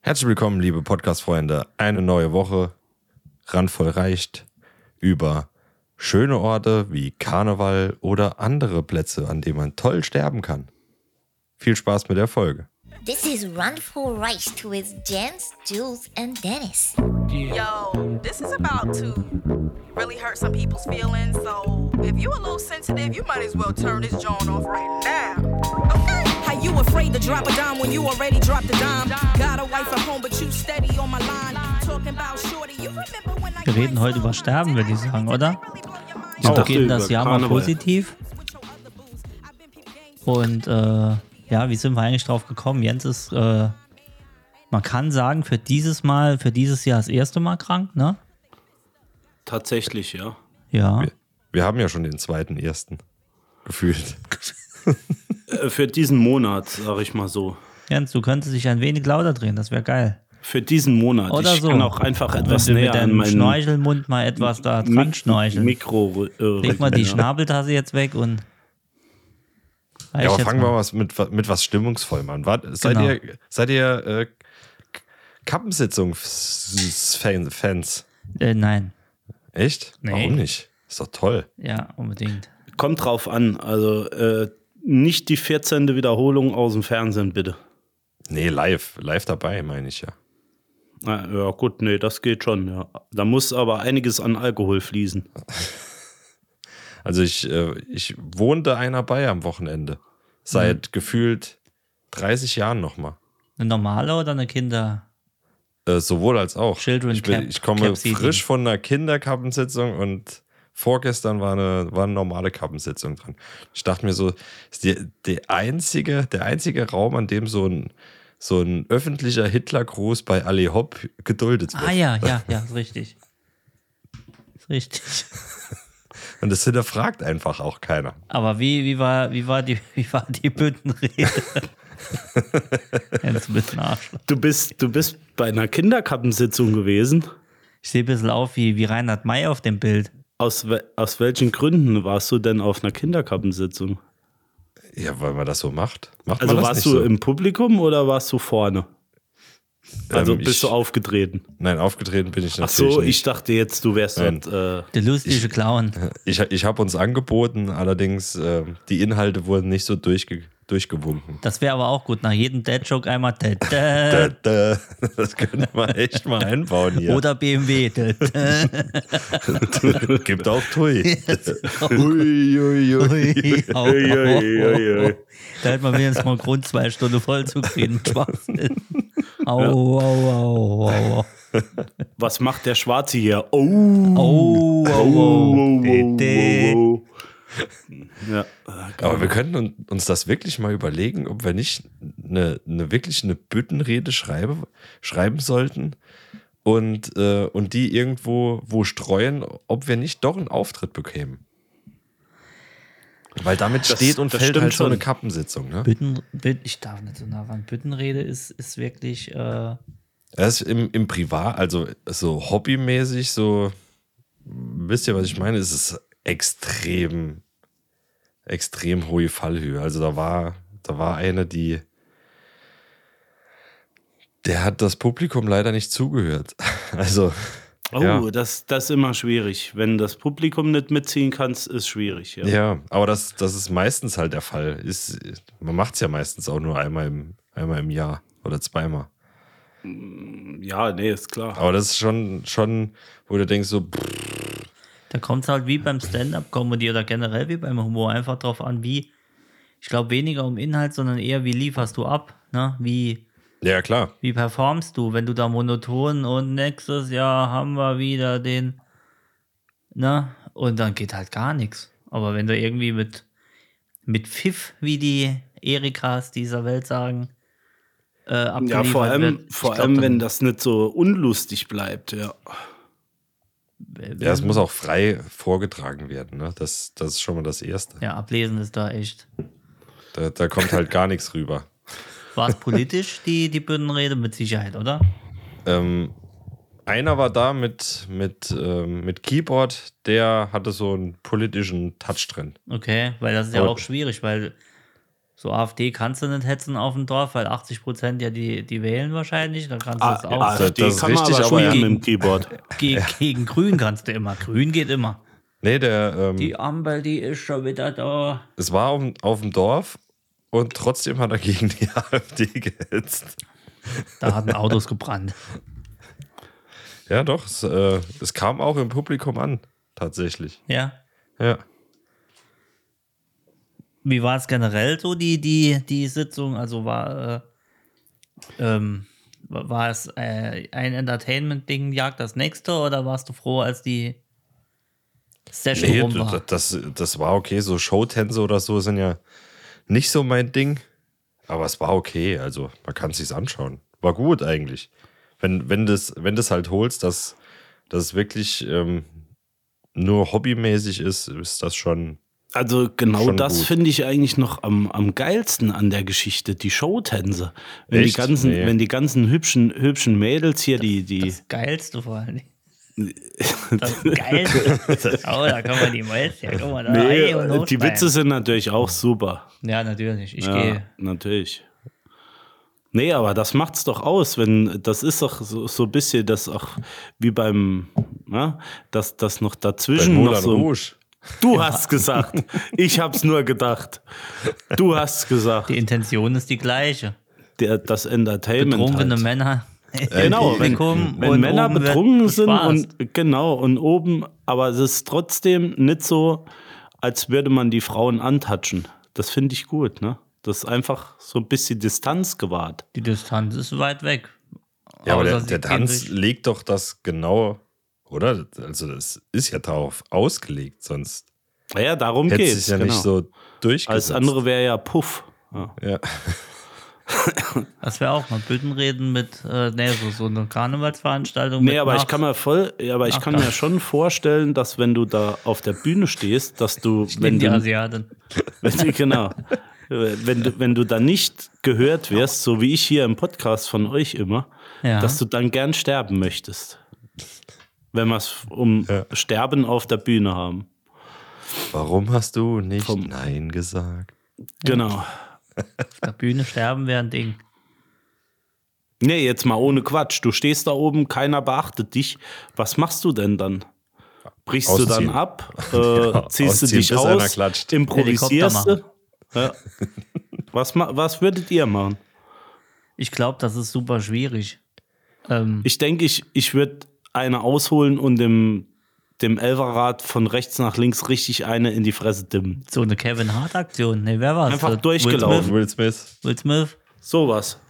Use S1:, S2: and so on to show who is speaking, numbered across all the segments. S1: Herzlich willkommen, liebe Podcast-Freunde. Eine neue Woche. Randvoll reicht über schöne Orte wie Karneval oder andere Plätze, an denen man toll sterben kann. Viel Spaß mit der Folge.
S2: This is Run for Rice with Jens, Jules, and Dennis.
S3: Yo, this is about to really hurt some people's feelings. So if you a little sensitive, you might as well turn this joint off right now. Okay.
S4: How you afraid to drop a dime when you already dropped a dime? Got a wife at home, but you steady on my line. Talking about shorty, you remember when I
S5: Wir reden heute über Sterben, würde ich sagen, oder?
S4: Ich
S5: Wir
S6: dachte
S5: beginnen das
S6: über
S5: Jahr mal
S6: Karneval.
S5: positiv. Und äh, ja, wie sind wir eigentlich drauf gekommen? Jens ist, äh, man kann sagen, für dieses Mal, für dieses Jahr das erste Mal krank, ne?
S6: Tatsächlich, ja.
S5: Ja.
S1: Wir haben ja schon den zweiten ersten gefühlt.
S6: Äh, Für diesen Monat, sag ich mal so.
S5: Jens, du könntest dich ein wenig lauter drehen, das wäre geil.
S6: Für diesen Monat.
S5: Oder
S6: ich
S5: so.
S6: kann auch einfach etwas
S5: Wenn du
S6: näher
S5: mit
S6: an
S5: deinem
S6: meinen
S5: Schnorchelmund mal etwas da dran
S6: Mik-
S5: schnorcheln.
S6: Mikro. Äh,
S5: Leg mal die
S6: ja.
S5: Schnabeltasse jetzt weg und.
S1: Ja,
S5: Reicht
S1: aber
S5: jetzt
S1: fangen wir
S5: mal.
S1: mal was mit, mit was Stimmungsvollem an. Wart, seid,
S5: Genau.
S1: ihr, seid ihr äh, Kappensitzung-Fans?
S5: Äh, nein.
S1: Echt?
S5: Nee.
S1: Warum nicht? Ist doch toll.
S5: Ja, unbedingt.
S6: Kommt drauf an. Also äh, nicht die 14. Wiederholung aus dem Fernsehen, bitte.
S1: Nee, live. Live dabei, meine ich ja.
S6: Na, ja, gut, nee, das geht schon, ja. Da muss aber einiges an Alkohol fließen.
S1: Also ich, äh, ich wohnte einer bei am Wochenende. Seit gefühlt 30 Jahren nochmal.
S5: Eine normale oder eine Kinder?
S1: Äh, sowohl als auch.
S5: Children
S1: ich, bin,
S5: Camp-
S1: ich komme
S5: Camp Seating.
S1: frisch von einer Kinderkappensitzung und vorgestern war eine, war eine normale Kappensitzung dran. Ich dachte mir so, ist die, die einzige, der einzige Raum, an dem so ein, so ein öffentlicher Hitlergruß bei Ali Hopp geduldet wird.
S5: Ah ja, ja, ja, ist richtig. Ist richtig.
S1: Und das hinterfragt einfach auch keiner.
S5: Aber wie, wie, war, wie, war, die, wie war die Büttenrede? Jetzt ein bisschen Arschloch.
S6: Du bist, du bist bei einer Kinderkappensitzung gewesen.
S5: Ich sehe ein bisschen auf wie, wie Reinhard May auf dem Bild.
S6: Aus, we- aus welchen Gründen warst du denn auf einer Kinderkappensitzung?
S1: Ja, weil man das so macht. Macht
S6: Also
S1: man das
S6: warst
S1: nicht
S6: du
S1: so?
S6: im Publikum oder warst du vorne? Also
S1: Ähm,
S6: bist
S1: ich-
S6: du aufgetreten?
S1: Nein, aufgetreten bin ich
S6: Ach
S1: natürlich
S6: so, ich
S1: nicht.
S6: dachte jetzt, du wärst
S1: Nein.
S6: dort. Äh,
S5: Der lustige Clown.
S1: Ich, ich habe uns angeboten, allerdings ähm, die Inhalte wurden nicht so durchge durchgewunken.
S5: Das wäre aber auch gut. Nach jedem Dad-Joke einmal Dad,
S1: Da,
S5: Dad.
S1: da, das könnte man echt mal einbauen hier.
S5: Oder BMW. Dad, Dad.
S1: gibt auch Tui.
S5: Ui, au,
S6: Ui,
S5: au,
S6: ui, ui,
S5: au.
S6: ui.
S5: Da hätte man wenigstens mal einen Grund, zwei Stunden voll zu kriegen. mit Schwachsinn. Au, au, au, au, au.
S6: was macht der Schwarze hier? Oh,
S5: Au,
S1: oh,
S5: au, au. Dä,
S6: wow. Ja,
S1: Aber wir könnten un- uns das wirklich mal überlegen, ob wir nicht eine, eine wirklich eine Büttenrede schreibe, schreiben sollten und, äh, und die irgendwo wo streuen, ob wir nicht doch einen Auftritt bekämen. Weil damit
S6: Das-
S1: steht und
S6: das
S1: fällt
S6: stimmt
S1: halt so eine
S6: schon.
S1: Kappensitzung. Ne?
S5: Bütten, Büt, ich darf nicht so nah ran. Büttenrede ist, ist wirklich. Äh,
S1: Das ist im, im Privat, also so hobbymäßig, so, wisst ihr, was ich meine? Es ist extrem, extrem hohe Fallhöhe. Also da war, da war eine, die, der hat das Publikum leider nicht zugehört. Also,
S6: oh
S1: Ja.
S6: Das, das ist immer schwierig. Wenn das Publikum nicht mitziehen kannst, ist schwierig. Ja.
S1: ja, aber das, das ist meistens halt der Fall. Ist, man macht es ja meistens auch nur einmal im, einmal im Jahr oder zweimal.
S6: ja, nee, ist klar.
S1: Aber das ist schon, schon, wo du denkst, so, pff,
S5: da kommt es halt wie beim Stand-up-Comedy oder generell wie beim Humor einfach drauf an, wie. Ich glaube, weniger um Inhalt, sondern eher, wie lieferst du ab? Ne? Wie,
S1: ja klar.
S5: wie performst du, wenn du da monoton und nächstes Jahr haben wir wieder den. Ne? Und dann geht halt gar nichts. Aber wenn du irgendwie mit, mit Pfiff, wie die Erikas dieser Welt sagen, äh,
S6: Ja,
S5: abgeliefert
S6: vor allem,
S5: wird, ich
S6: vor
S5: glaub,
S6: allem, wenn
S5: dann-
S6: das nicht so unlustig bleibt. Ja.
S1: Ja, es muss auch frei vorgetragen werden. Ne? Das, das ist schon mal das Erste.
S5: Ja, ablesen ist da echt.
S1: Da, da kommt halt gar nichts rüber.
S5: War es politisch, die, die Büttenrede? Mit Sicherheit, oder?
S1: Ähm, einer war da mit, mit, ähm, mit Keyboard, der hatte so einen politischen Touch drin.
S5: Okay, weil das ist ja
S1: Aber-
S5: auch schwierig, weil So AfD kannst du nicht hetzen auf dem Dorf, weil 80 Prozent ja die, die wählen wahrscheinlich. Dann kannst du das auch.
S1: das-
S6: AfD
S1: das ist
S6: kann man
S1: richtig,
S6: aber
S1: aber
S6: schon
S1: ja.
S6: mit dem Keyboard.
S5: Ge Gegen Grün kannst du immer. Grün geht immer.
S1: Nee, der, ähm,
S5: Die Ampel, die ist schon wieder da.
S1: es war auf, auf dem Dorf und trotzdem hat er gegen die AfD gehetzt.
S5: Da hatten Autos gebrannt.
S1: Ja, doch, es, äh, es kam auch im Publikum an, tatsächlich.
S5: Ja.
S1: Ja.
S5: Wie war es generell so, die, die, die Sitzung? Also war, äh, ähm, wa- war es äh, ein Entertainment-Ding, jagt das nächste oder warst du froh, als die
S6: Äh,
S5: Session
S1: Nee,
S5: rum
S1: d-
S5: war?
S1: d- das, das war okay. So Showtänze oder so sind ja nicht so mein Ding. Aber es war okay. Also man kann es sich anschauen. War gut eigentlich. Wenn, wenn das, wenn das halt holst, dass das wirklich ähm, nur hobbymäßig ist, ist das schon.
S6: Also genau
S1: Schon
S6: das
S1: gut.
S6: finde ich eigentlich noch am, am geilsten an der Geschichte, die Showtänze. Wenn die
S1: Echt?
S6: ganzen,
S1: Nee.
S6: wenn die ganzen hübschen, hübschen Mädels hier, die, die
S5: Das Geilste vor allem. Das Geilste. oh, da kann man die Mäuse, ja, guck mal da.
S6: nee, äh,
S5: hey, und
S6: die
S5: hochsteigen.
S6: Witze sind natürlich auch super.
S5: Ja, natürlich. Ich
S6: Ja,
S5: gehe.
S6: natürlich. Nee, aber das macht's doch aus, wenn das ist doch so, so ein bisschen das auch wie beim, ja, dass das noch dazwischen noch
S1: Moulin
S6: so.
S1: Rouge.
S6: Du hast gesagt, ich hab's nur gedacht. Du hast gesagt,
S5: Die Intention ist die gleiche.
S6: der, das Entertainment.
S5: Betrunkene
S6: halt.
S5: Männer.
S1: Äh,
S6: Genau, wenn,
S5: Publikum
S6: wenn
S5: und
S6: Männer
S5: oben wird
S6: betrunken sind
S5: gespaßt.
S6: und genau und oben, aber es ist trotzdem nicht so, als würde man die Frauen antatschen. Das finde ich gut, ne? Das ist einfach so ein bisschen Distanz gewahrt.
S5: Die Distanz ist weit weg.
S1: Ja, aber
S5: Außer
S1: der,
S5: sie
S1: der
S5: gehen
S1: Tanz
S5: durch-
S1: legt doch das genau, oder? Also das ist ja darauf ausgelegt, sonst
S6: Naja, darum
S1: hätte
S6: geht's.
S1: es ja
S6: genau.
S1: nicht so
S6: Alles
S1: durchgesetzt.
S6: andere wäre ja Puff. Ja.
S1: Ja.
S5: Das wäre auch mal Büttenreden mit, äh, nee, so, so eine Karnevalsveranstaltung.
S6: Nee,
S5: mit
S6: aber ich
S5: Nach-
S6: kann mir voll, ja, aber ich
S5: Ach,
S6: kann
S5: das-
S6: mir schon vorstellen, dass wenn du da auf der Bühne stehst, dass du, wenn
S5: Wenn die
S6: du,
S5: Asiaten.
S6: Wenn du, genau. Wenn du, wenn du dann nicht gehört wirst, so wie ich hier im Podcast von euch immer,
S5: Ja.
S6: dass du dann gern sterben möchtest. Wenn wir es um
S1: Ja.
S6: Sterben auf der Bühne haben.
S1: Warum hast du nicht
S6: Vom-
S1: Nein gesagt?
S6: Genau.
S5: Auf der Bühne sterben wäre ein Ding.
S6: Nee, jetzt mal ohne Quatsch. Du stehst da oben, keiner beachtet dich. Was machst du denn dann? Brichst du
S1: Ausziehen.
S6: dann ab? Äh,
S1: Ja,
S6: ziehst du
S1: ausziehen,
S6: dich
S1: bis einer
S6: aus?
S1: klatscht.
S6: Improvisierst
S5: Helikopter
S6: du? Ja. Was, ma- was würdet ihr machen?
S5: Ich glaube, das ist super schwierig. Ähm,
S6: Ich denke, ich, ich würde eine ausholen und dem, dem Elferrad von rechts nach links richtig eine in die Fresse dimmen.
S5: so eine Kevin Hart-Aktion. Nee, wer war's?
S6: Einfach
S5: Will
S6: durchgelaufen.
S5: Smith?
S1: Will Smith.
S5: Will Smith,
S6: Sowas.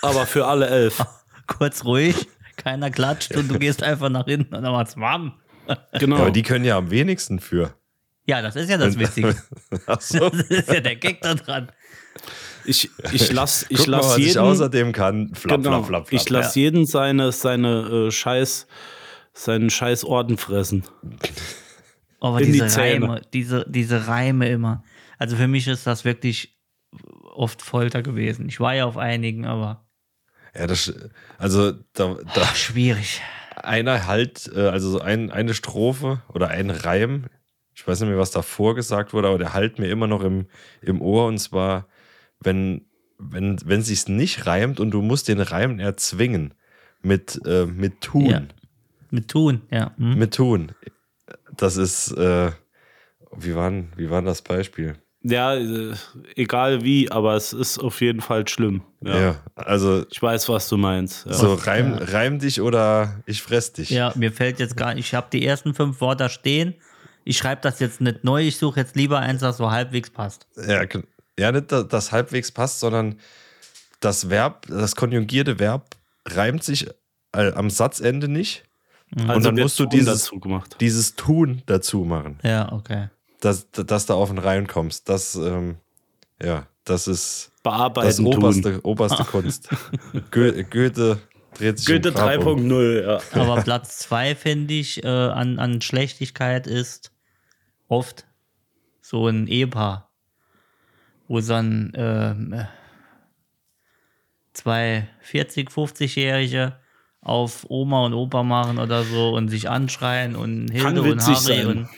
S6: Aber für alle elf.
S5: kurz ruhig, keiner klatscht und du gehst einfach nach hinten und dann macht's warm.
S1: Ja,
S6: Genau.
S1: aber die können ja am wenigsten für.
S5: Ja, das ist ja das Witzige.
S1: Ach so.
S5: Das ist ja der Gag da dran.
S6: ich ich lasse ich
S1: Guck mal,
S6: lass
S1: was ich
S6: jeden,
S1: außerdem kann. Flap,
S6: genau,
S1: flap, flap, flap.
S6: ich lass jeden seine, seine äh, Scheiß seinen Scheiß Orden fressen.
S5: Aber
S6: In die
S5: diese
S6: Zähne.
S5: Reime, diese, diese Reime immer. Also für mich ist das wirklich oft Folter gewesen. Ich war ja auf einigen, aber
S1: ja, das, also da, da
S5: schwierig.
S1: einer halt, äh, also so ein, eine Strophe oder ein Reim, ich weiß nicht mehr, was davor gesagt wurde, aber der halt mir immer noch im, im Ohr und zwar, wenn, wenn, wenn sich's nicht reimt und du musst den Reim erzwingen mit, äh, mit tun.
S5: Ja. Mit tun, ja. Hm?
S1: Mit tun. Das ist, äh, wie war denn- wie war denn das Beispiel?
S6: Ja, äh, egal wie, aber es ist auf jeden Fall schlimm. Ja.
S1: also
S6: Ich weiß, was du meinst. Ja.
S1: so reim, reim dich oder ich fress dich.
S5: Ja, mir fällt jetzt gar nicht. Ich habe die ersten fünf Wörter stehen. Ich schreibe das jetzt nicht neu. Ich suche jetzt lieber eins, das so halbwegs passt.
S1: Ja, gen- ja nicht, dass das halbwegs passt, sondern das Verb, das konjugierte Verb reimt sich äh, am Satzende nicht. und
S6: Also
S1: dann
S6: wird
S1: musst du
S6: Ton
S1: dieses,
S6: dazu gemacht.
S1: dieses Tun dazu machen,
S5: Ja, okay.
S1: dass, dass du auf den Reim kommst. Das, ähm, ja, das ist
S6: Bearbeiten
S1: das oberste, oberste Kunst. Go Goethe dreht sich
S6: tun. Goethe
S1: im Grab um.
S6: 3.0, ja.
S5: Aber Platz zwei, finde ich, äh, an, an Schlechtigkeit ist oft so ein Ehepaar, wo so ein ähm, äh, zwei 40-, 50-Jährige auf Oma und Opa machen oder so und sich anschreien und
S6: Kann
S5: Hilde und Harry
S6: witzig sein.
S5: und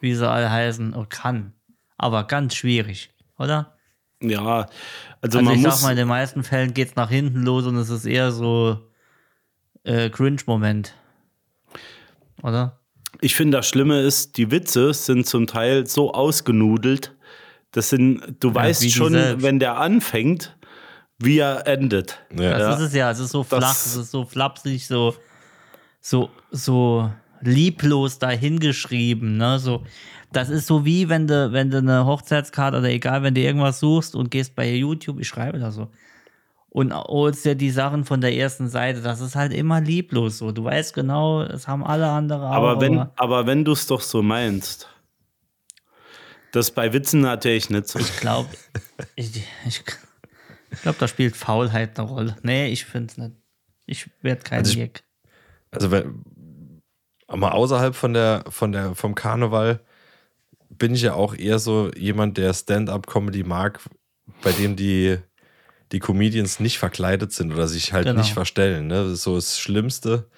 S5: wie sie alle heißen. Oh, kann. Aber ganz schwierig, oder?
S6: Ja, also,
S5: Also
S6: man
S5: ich
S6: muss.
S5: sag mal, in den meisten Fällen geht's nach hinten los und es ist eher so äh, Cringe-Moment. Oder?
S6: ich finde, das Schlimme ist, die Witze sind zum Teil so ausgenudelt, das sind, du
S5: wie
S6: weißt
S5: die
S6: schon,
S5: selbst.
S6: wenn der anfängt, wie er endet.
S1: Ja.
S5: Das ist es ja, es ist so flach,
S6: Das-
S5: es ist so flapsig, so, so, so lieblos dahingeschrieben, ne? So, das ist so wie, wenn du, wenn du eine Hochzeitskarte oder egal, wenn du irgendwas suchst und gehst bei YouTube, ich schreibe da so. Und holst dir die Sachen von der ersten Seite. Das ist halt immer lieblos so. Du weißt genau, das haben alle andere auch.
S6: aber wenn, aber wenn du es doch so meinst, das ist bei Witzen natürlich nicht so.
S5: Ich glaube, ich, ich, ich glaube, da spielt Faulheit eine Rolle. Nee, ich finde es nicht. Ich werde kein
S1: Also ich-
S5: Jack.
S1: also wenn, mal außerhalb von der, von der, vom Karneval bin ich ja auch eher so jemand, der Stand-up-Comedy mag, bei dem die, die Comedians nicht verkleidet sind oder sich halt
S5: Genau.
S1: nicht verstellen. Ne? So das Schlimmste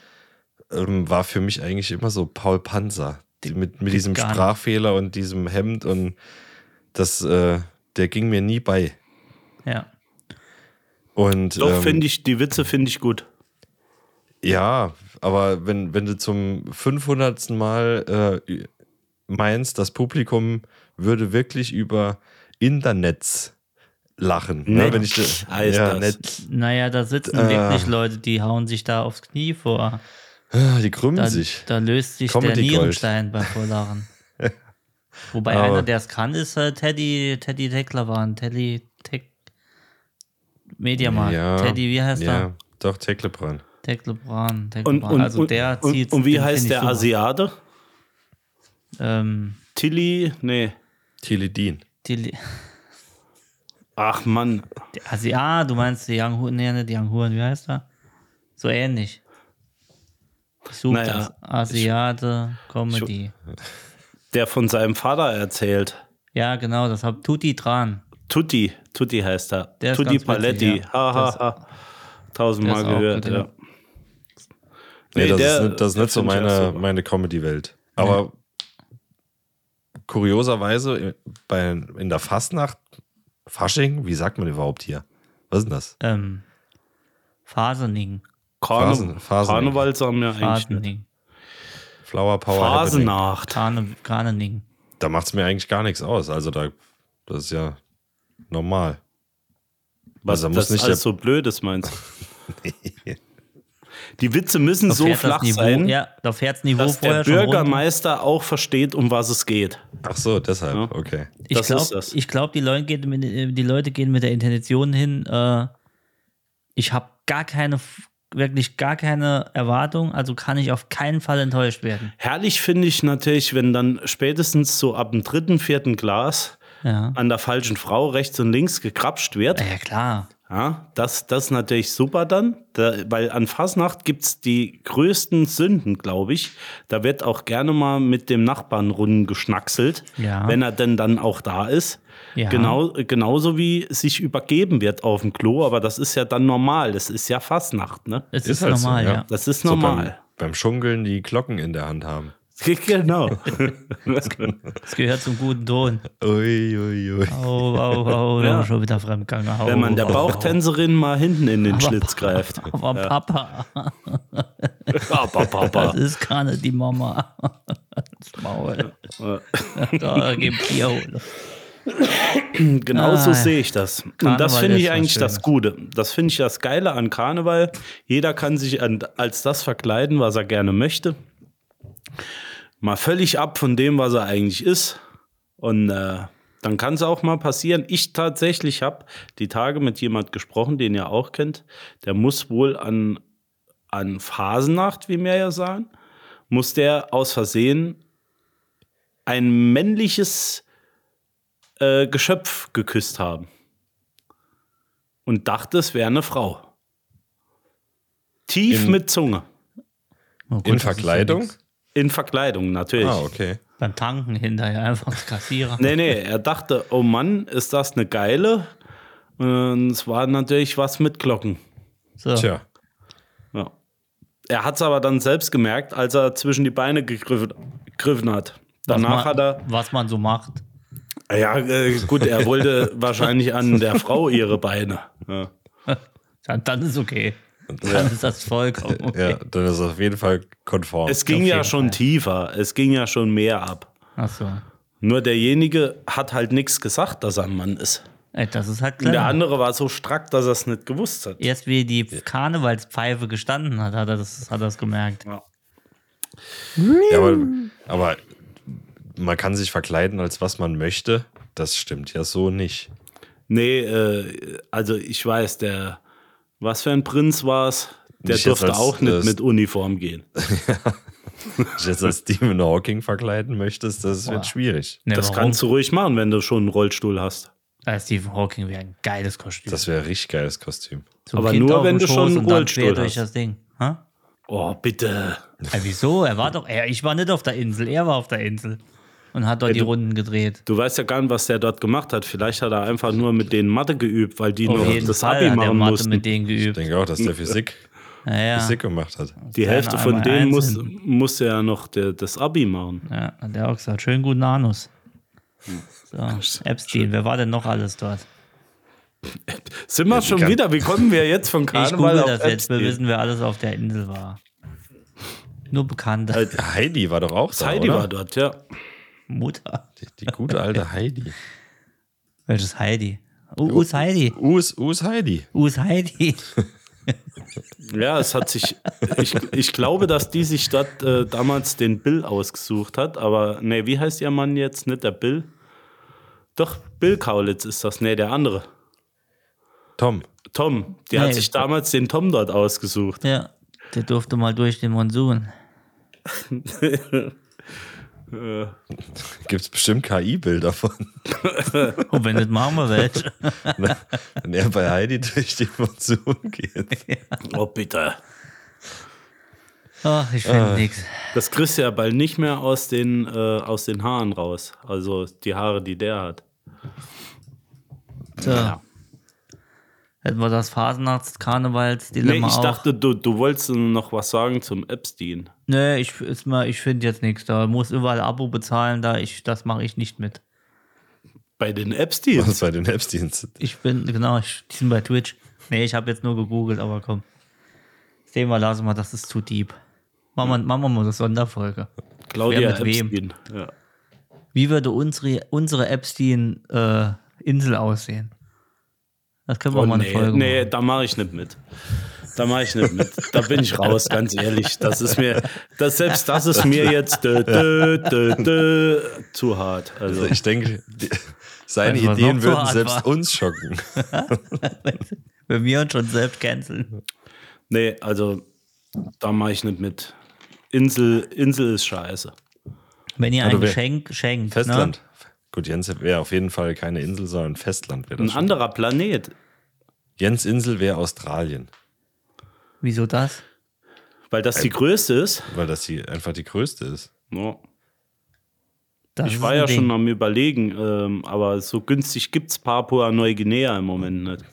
S1: ähm, war für mich eigentlich immer so Paul Panzer. Die, mit mit diesem
S5: gar nicht.
S1: Sprachfehler und diesem Hemd und das, äh, der ging mir nie bei.
S5: Ja.
S1: Und,
S6: Doch,
S1: ähm,
S6: finde ich, die Witze finde ich gut.
S1: Ja, aber wenn, wenn du zum 500. Mal äh, meinst, das Publikum würde wirklich über Internets lachen.
S6: Netz
S1: Ne? Wenn ich,
S6: heißt
S1: ja,
S6: das.
S1: Netz.
S5: Naja, da sitzen
S1: Äh.
S5: wirklich Leute, die hauen sich da aufs Knie vor.
S1: Ah, Die krümmen
S5: Da,
S1: sich.
S5: da löst sich der
S1: Comedy Gold.
S5: Nierenstein bei Vorlachen. Wobei
S1: Aber-
S5: einer, der es kann, ist äh, Teddy, Teddy Teckler waren. Teddy Tech. Mediamarkt.
S1: Ja,
S5: Teddy, wie heißt
S1: ja,
S5: er?
S1: Doch, Tecklebran.
S5: Tecklebran.
S6: Und, und,
S5: Also der
S6: und,
S5: zieht.
S6: und, und wie heißt der Asiate?
S5: Ähm,
S6: Tilly? Nee.
S1: Teledin.
S5: die,
S6: Ach Mann,
S5: Also ja, du meinst die Young Huren, nee, nicht Young Huren, wie heißt er? So ähnlich. Ich suche
S6: Naja,
S5: das. Asiate Comedy.
S6: der von seinem Vater erzählt.
S5: ja, genau, das hab Tutti dran.
S6: Tutti, Tutti heißt er.
S5: Der ist
S6: Tutti
S5: ganz witzig,
S6: Paletti.
S5: ja.
S6: Ha, ha,
S5: Das-
S6: ha. Tausendmal
S5: der ist auch
S6: gehört,
S5: gut, ja.
S6: ja.
S1: Nee,
S6: Nee,
S1: das,
S6: der-
S1: ist, nicht- das ist
S6: der
S1: nicht so
S6: find ich auch
S1: meine,
S6: super.
S1: meine Comedy-Welt. Aber kurioserweise äh, bei, in der Fastnacht, Fasching, wie sagt man überhaupt hier? Was ist denn das?
S5: Ähm, Fasening.
S1: Phasen-
S6: Karne
S1: Phasen-
S6: Karneval sagen wir eigentlich. nicht.
S5: Fasening.
S1: Flower Power. Happening.
S6: Phasenacht.
S5: Karne, Karnening.
S1: da macht es mir eigentlich gar nichts aus. Also da, das ist ja normal.
S6: Was
S1: Also muss
S6: das
S1: nicht
S6: alles
S1: der-
S6: so blöd ist, meinst du? Die Witze müssen
S5: Da
S6: so
S5: fährt
S6: flach
S5: das Niveau,
S6: sein,
S5: Ja, da fährt das Niveau
S6: dass der
S5: vorher schon runter.
S6: Bürgermeister auch versteht, um was es geht.
S1: Ach so, deshalb,
S6: Ja.
S1: okay.
S5: Ich
S6: das ist
S5: glaube,
S6: das.
S5: ich glaub, die, Leute gehen mit- äh, die Leute gehen mit der Intention hin, äh, ich habe gar keine, wirklich gar keine Erwartung, also kann ich auf keinen Fall enttäuscht werden.
S6: Herrlich finde ich natürlich, wenn dann spätestens so ab dem dritten, vierten Glas
S5: Ja.
S6: an der falschen Frau rechts und links gekrapscht wird.
S5: Ja, klar.
S6: Ja, das, das ist natürlich super dann, da, weil an Fasnacht gibt es die größten Sünden, glaube ich. Da wird auch gerne mal mit dem Nachbarn runden geschnackselt,
S5: Ja.
S6: wenn er denn dann auch da ist.
S5: Ja.
S6: Genau, genauso wie sich übergeben wird auf dem Klo, aber das ist ja dann normal, das ist ja Fasnacht, ne?
S5: Es ist,
S1: Ist halt so,
S5: normal,
S1: ja.
S5: ja.
S6: Das ist
S1: So
S6: normal.
S1: Beim, beim Schunkeln die Glocken in der Hand haben.
S6: genau.
S5: Das gehört zum guten Ton.
S1: Ui, ui, ui.
S5: Oh, oh, oh, da
S6: Ja.
S5: war schon wieder fremdgegangen. Oh,
S6: wenn man der
S5: oh,
S6: Bauchtänzerin mal hinten in den Schlitz greift.
S5: Oh, aber Papa,
S6: Papa, Papa.
S5: das ist gar nicht die Mama. Das Maul. Da gibt Bier holen.
S6: Genau so
S5: Ah, ja.
S6: sehe ich das.
S5: Karneval
S6: und das finde
S5: ist
S6: ich
S5: was
S6: eigentlich das
S5: Schönes.
S6: Gute. Das finde ich das Geile an Karneval. Jeder kann sich an, als das verkleiden, was er gerne möchte. Mal völlig ab von dem, was er eigentlich ist. Und äh, dann kann es auch mal passieren. Ich tatsächlich habe die Tage mit jemand gesprochen, den ihr auch kennt. Der muss wohl an, an Phasennacht, wie wir ja sagen, muss der aus Versehen ein männliches äh, Geschöpf geküsst haben. Und dachte, es wäre eine Frau. Tief
S1: In-
S6: mit Zunge.
S5: Oh Gott,
S1: In
S5: das ist ja
S1: Verkleidung?
S5: nix.
S6: In Verkleidung natürlich.
S1: ah, okay.
S5: Beim Tanken hinterher einfach als Kassierer.
S6: Nee, nee, er dachte, oh Mann, ist das eine geile. Und es war natürlich was mit Glocken.
S5: So.
S1: Tja.
S6: Ja. Er hat es aber dann selbst gemerkt, als er zwischen die Beine gegriffen, gegriffen hat.
S5: was
S6: Danach
S5: man,
S6: hat er,
S5: Was man so macht.
S6: Ja, äh, gut, er wollte wahrscheinlich an der Frau ihre Beine. Ja.
S5: Dann, dann ist okay. Dann ist das vollkommen okay.
S1: Ja, dann ist es auf jeden Fall konform.
S6: Es ging ja
S5: jeden
S6: schon tiefer, es ging ja schon mehr ab.
S5: Ach so.
S6: Nur derjenige hat halt nichts gesagt, dass er ein Mann ist.
S5: Ey, das ist halt
S6: Und der
S5: klar.
S6: andere war so strack, dass er es nicht gewusst hat.
S5: Erst wie die Karnevalspfeife gestanden hat, hat er das, hat er das gemerkt.
S1: Ja, aber, aber man kann sich verkleiden, als was man möchte. Das stimmt ja so nicht.
S6: Nee, äh, also ich weiß, der, was für ein Prinz war es, der
S1: Nicht jetzt
S6: durfte
S1: als-
S6: auch nicht
S1: als-
S6: mit Uniform gehen.
S1: Wenn du dich jetzt als Stephen Hawking verkleiden möchtest, das wird schwierig.
S5: Ne,
S6: Das
S5: warum?
S6: kannst du ruhig machen, wenn du schon einen Rollstuhl hast.
S5: Ah, Stephen Hawking wäre ein geiles Kostüm.
S1: Das wäre ein richtig geiles Kostüm.
S5: Zum
S6: aber
S5: Kind
S6: nur,
S5: auf
S6: wenn
S5: dem
S6: du
S5: Schoß
S6: schon einen
S5: und dann
S6: Rollstuhl
S5: quer durch
S6: hast.
S5: das Ding. Ha?
S6: Oh, bitte.
S5: Ey, wieso? Er war doch, er, ich war nicht auf der Insel, er war auf der Insel und hat dort die Runden gedreht.
S6: Du weißt ja gar nicht, was der dort gemacht hat. Vielleicht hat er einfach nur mit denen Mathe geübt, weil die
S5: Auf
S6: noch
S5: jeden
S6: das
S5: Fall
S6: Abi
S5: hat er
S6: machen
S5: Mathe
S6: mussten.
S5: mit denen
S1: Ich
S5: geübt.
S1: denke auch, dass der Physik,
S5: Ja, ja.
S1: Physik gemacht hat.
S6: Die Hälfte
S5: Einer
S6: von
S5: einmal
S6: denen muss,
S5: einzeln.
S6: musste ja noch der, das Abi machen.
S5: ja hat er auch gesagt, schönen guten Anus. So, Epstein, wer war denn noch alles dort?
S6: Sind wir schon
S1: kann-
S6: wieder? Wie kommen wir jetzt von
S5: Ich
S6: Karneval
S5: google das
S6: auf
S5: jetzt, wir
S6: Epstein?
S5: wissen, wer alles auf der Insel war. Nur Bekannte.
S6: Halt.
S1: Heidi war doch auch da,
S6: Heidi
S1: oder?
S6: war dort, ja.
S5: Mutter.
S1: Die, die gute alte Heidi.
S5: Welches Heidi? Uh, Us Heidi.
S1: Us, Us Heidi.
S5: Us Heidi.
S6: Ja, es hat sich. Ich, ich glaube, dass die sich dort äh, damals den Bill ausgesucht hat, aber nee, wie heißt ihr Mann jetzt? Nicht der Bill? Doch, Bill Kaulitz ist das. Nee, der andere.
S1: Tom.
S6: Tom. Die
S5: Nee.
S6: hat sich damals den Tom dort ausgesucht.
S5: Ja, der durfte mal durch den Monsun.
S1: Gibt es bestimmt KI-Bilder von.
S5: Und wenn nicht, machen wir welche.
S1: ne? Wenn er bei Heidi durch die Monsun geht.
S6: Oh, bitte.
S5: Ach, ich finde nichts.
S6: Das kriegst du ja bald nicht mehr aus den, äh, aus den Haaren raus. Also die Haare, die der hat.
S5: So. Hätten wir das
S6: Nee,
S5: Phasennachts-Karnevals-Dilemma
S6: ich
S5: auch.
S6: dachte, du, du wolltest noch was sagen zum Epstein.
S5: nee, ich, ist mal- ich finde jetzt nichts. Da muss überall Abo bezahlen, da ich, das mache ich nicht mit.
S6: Bei den Epsteins?
S1: Was bei den Epsteins.
S5: Ich bin, genau, ich, die sind bei Twitch. Nee, ich habe jetzt nur gegoogelt, aber komm. Sehen wir, lassen wir, das ist zu deep. Machen wir, machen wir mal eine Sonderfolge.
S6: Claudia
S5: Wer mit wem?
S6: Epstein. Ja.
S5: Wie würde unsere, unsere Epstein-Insel äh, aussehen? Das können wir
S6: Oh,
S5: mal eine
S6: nee,
S5: Folge machen.
S6: nee, da mache ich nicht mit. Da mache ich nicht mit. Da bin ich raus, ganz ehrlich. Das ist mir, das, selbst das ist mir jetzt dö, dö, dö, dö, zu hart. Also,
S1: Also ich denke, die, seine
S5: Wenn was noch
S1: Ideen
S5: so
S1: würden
S5: hart
S1: selbst
S5: war.
S1: uns schocken.
S5: Wenn wir uns schon selbst canceln.
S6: nee, also da mache ich nicht mit. Insel, Insel ist scheiße.
S5: Wenn ihr ein
S1: Oder wer-
S5: Geschenk schenkt. ne?
S1: Festland. Gut, Jens wäre auf jeden Fall keine Insel, sondern Festland wäre
S6: Ein
S1: das. schon.
S6: anderer Planet.
S1: Jens Insel wäre Australien,
S5: Ne? Wieso das?
S6: Weil das die größte ist.
S1: weil das die, einfach die größte ist.
S6: Ja.
S5: das
S6: Ich
S5: ist
S6: war
S5: ein
S6: ja
S5: Ding.
S6: schon am Überlegen, ähm, aber so günstig gibt es Papua-Neuguinea im Moment nicht.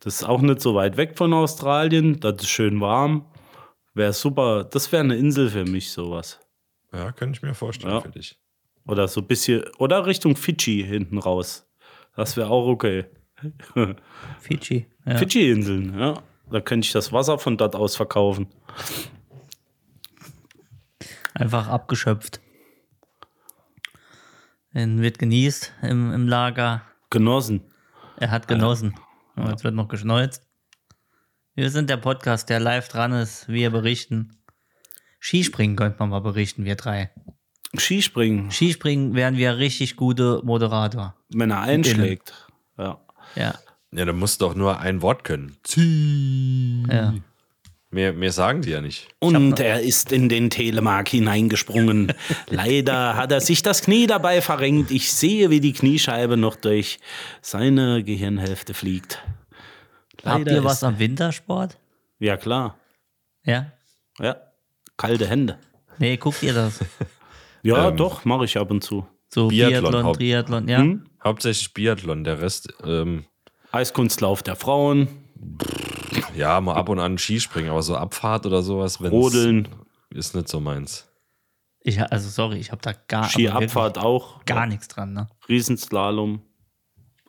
S6: Das ist auch nicht so weit weg von Australien, das ist schön warm. Wäre super, das wäre eine Insel für mich, sowas.
S1: Ja, könnte ich mir vorstellen
S6: Ja.
S1: für dich.
S6: Oder so ein bisschen, oder Richtung Fidschi hinten raus. Das wäre auch okay.
S5: Fidschi. Ja.
S6: Fidschi-Inseln, ja. Da könnte ich das Wasser von dort aus verkaufen.
S5: Einfach abgeschöpft. Dann wird genießt im, im Lager.
S6: Genossen.
S5: Er hat genossen. Und Jetzt wird noch geschneuzt. Wir sind der Podcast, der live dran ist. Wir berichten. Skispringen könnte man mal berichten, wir drei.
S6: Skispringen,
S5: Skispringen wären wir richtig gute Moderator.
S6: wenn er einschlägt. Ja.
S5: Ja.
S1: Ja, dann musst du doch nur ein Wort können. Zieh.
S5: ja.
S1: Mehr, mehr sagen die ja nicht.
S6: Und er ist in den Telemark hineingesprungen. Leider hat er sich das Knie dabei verrenkt. Ich sehe, wie die Kniescheibe noch durch seine Gehirnhälfte fliegt.
S5: Habt
S6: Leider
S5: ihr
S6: ist-
S5: was am Wintersport?
S6: Ja, klar.
S5: Ja?
S6: Ja. Kalte Hände.
S5: Nee, guckt ihr das?
S6: Ja,
S5: Ähm.
S6: doch, mache ich ab und zu.
S5: So
S1: Biathlon,
S5: Biathlon, Biathlon
S1: Haupt- Hm?
S5: Triathlon, ja.
S1: Hauptsächlich Biathlon, der Rest, ähm,
S6: Eiskunstlauf der Frauen,
S1: ja, mal ab und an Skispringen, aber so Abfahrt oder sowas, wenn's-
S6: Rodeln.
S1: ist nicht so meins.
S5: Ich, also sorry, ich habe da gar, aber wirklich
S6: Skiabfahrt auch.
S5: gar nichts dran. Ne?
S6: Riesenslalom.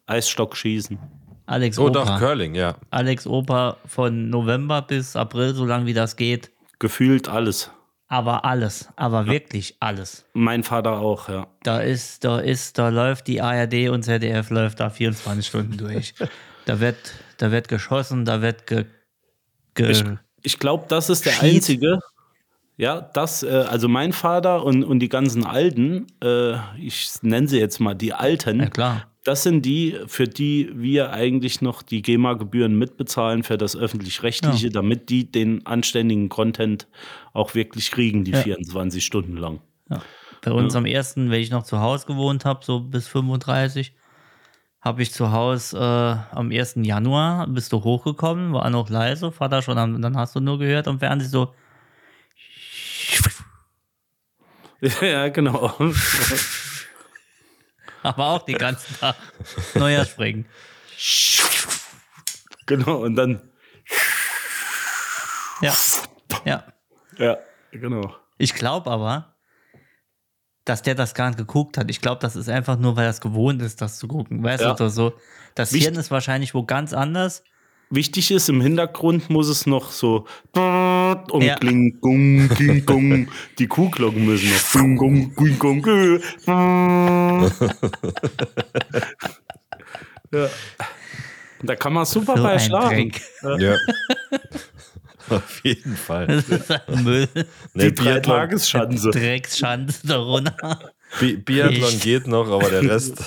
S6: Eisstockschießen.
S5: Alex
S1: Oh, doch,
S5: Opa.
S1: Curling, ja.
S5: Alex Opa von November bis April, so lange wie das geht.
S6: Gefühlt alles.
S5: Aber alles, aber wirklich alles.
S6: Mein Vater auch, ja.
S5: Da ist, da ist, da läuft die ARD und ZDF läuft da 24 Stunden durch. Da wird, da wird geschossen, da wird ge, ge
S6: Ich, ich glaube, das ist der
S5: Ähm, Schied.
S6: einzige. Ja, das, äh, also mein Vater und, und die ganzen Alten, äh, ich nenne sie jetzt mal die Alten.
S5: Ja, klar.
S6: Das sind die, für die wir eigentlich noch die GEMA-Gebühren mitbezahlen für das Öffentlich-Rechtliche,
S5: Ja.
S6: damit die den anständigen Content auch wirklich kriegen, die
S5: Ja.
S6: 24 Stunden lang.
S5: Bei uns am ersten, wenn ich noch zu Hause gewohnt habe, so bis 35, habe ich zu Hause äh, am 1. Januar bist du hochgekommen, war noch leise, Vater schon, am, dann hast du nur gehört am Fernsehen so,
S6: ja, genau.
S5: aber auch den ganzen Tag Neujahrsspringen.
S6: genau, und dann,
S5: Ja. ja.
S6: ja, genau.
S5: Ich glaube aber, dass der das gar nicht geguckt hat. Ich glaube, das ist einfach nur, weil er es gewohnt ist, das zu gucken. Weißt
S6: Ja.
S5: du, oder so. Das
S6: Wicht-
S5: Hirn ist wahrscheinlich wo ganz anders.
S6: Wichtig ist, im Hintergrund muss es noch so und
S5: Ja.
S6: kling, gung, kling, gung. Die Kuhglocken müssen noch kling, gung, kling, gung, kling. ja. Da kann man super
S5: So
S6: bei
S5: ein
S6: schlafen.
S5: Dreck.
S1: ja. Auf jeden Fall.
S5: Das ist ein Müll.
S1: Nee,
S6: Die drei
S1: Biathlon,
S6: Tagesschanze.
S5: Drecksschande darunter.
S1: Bi Biathlon
S5: Ich-
S1: geht noch, aber der Rest.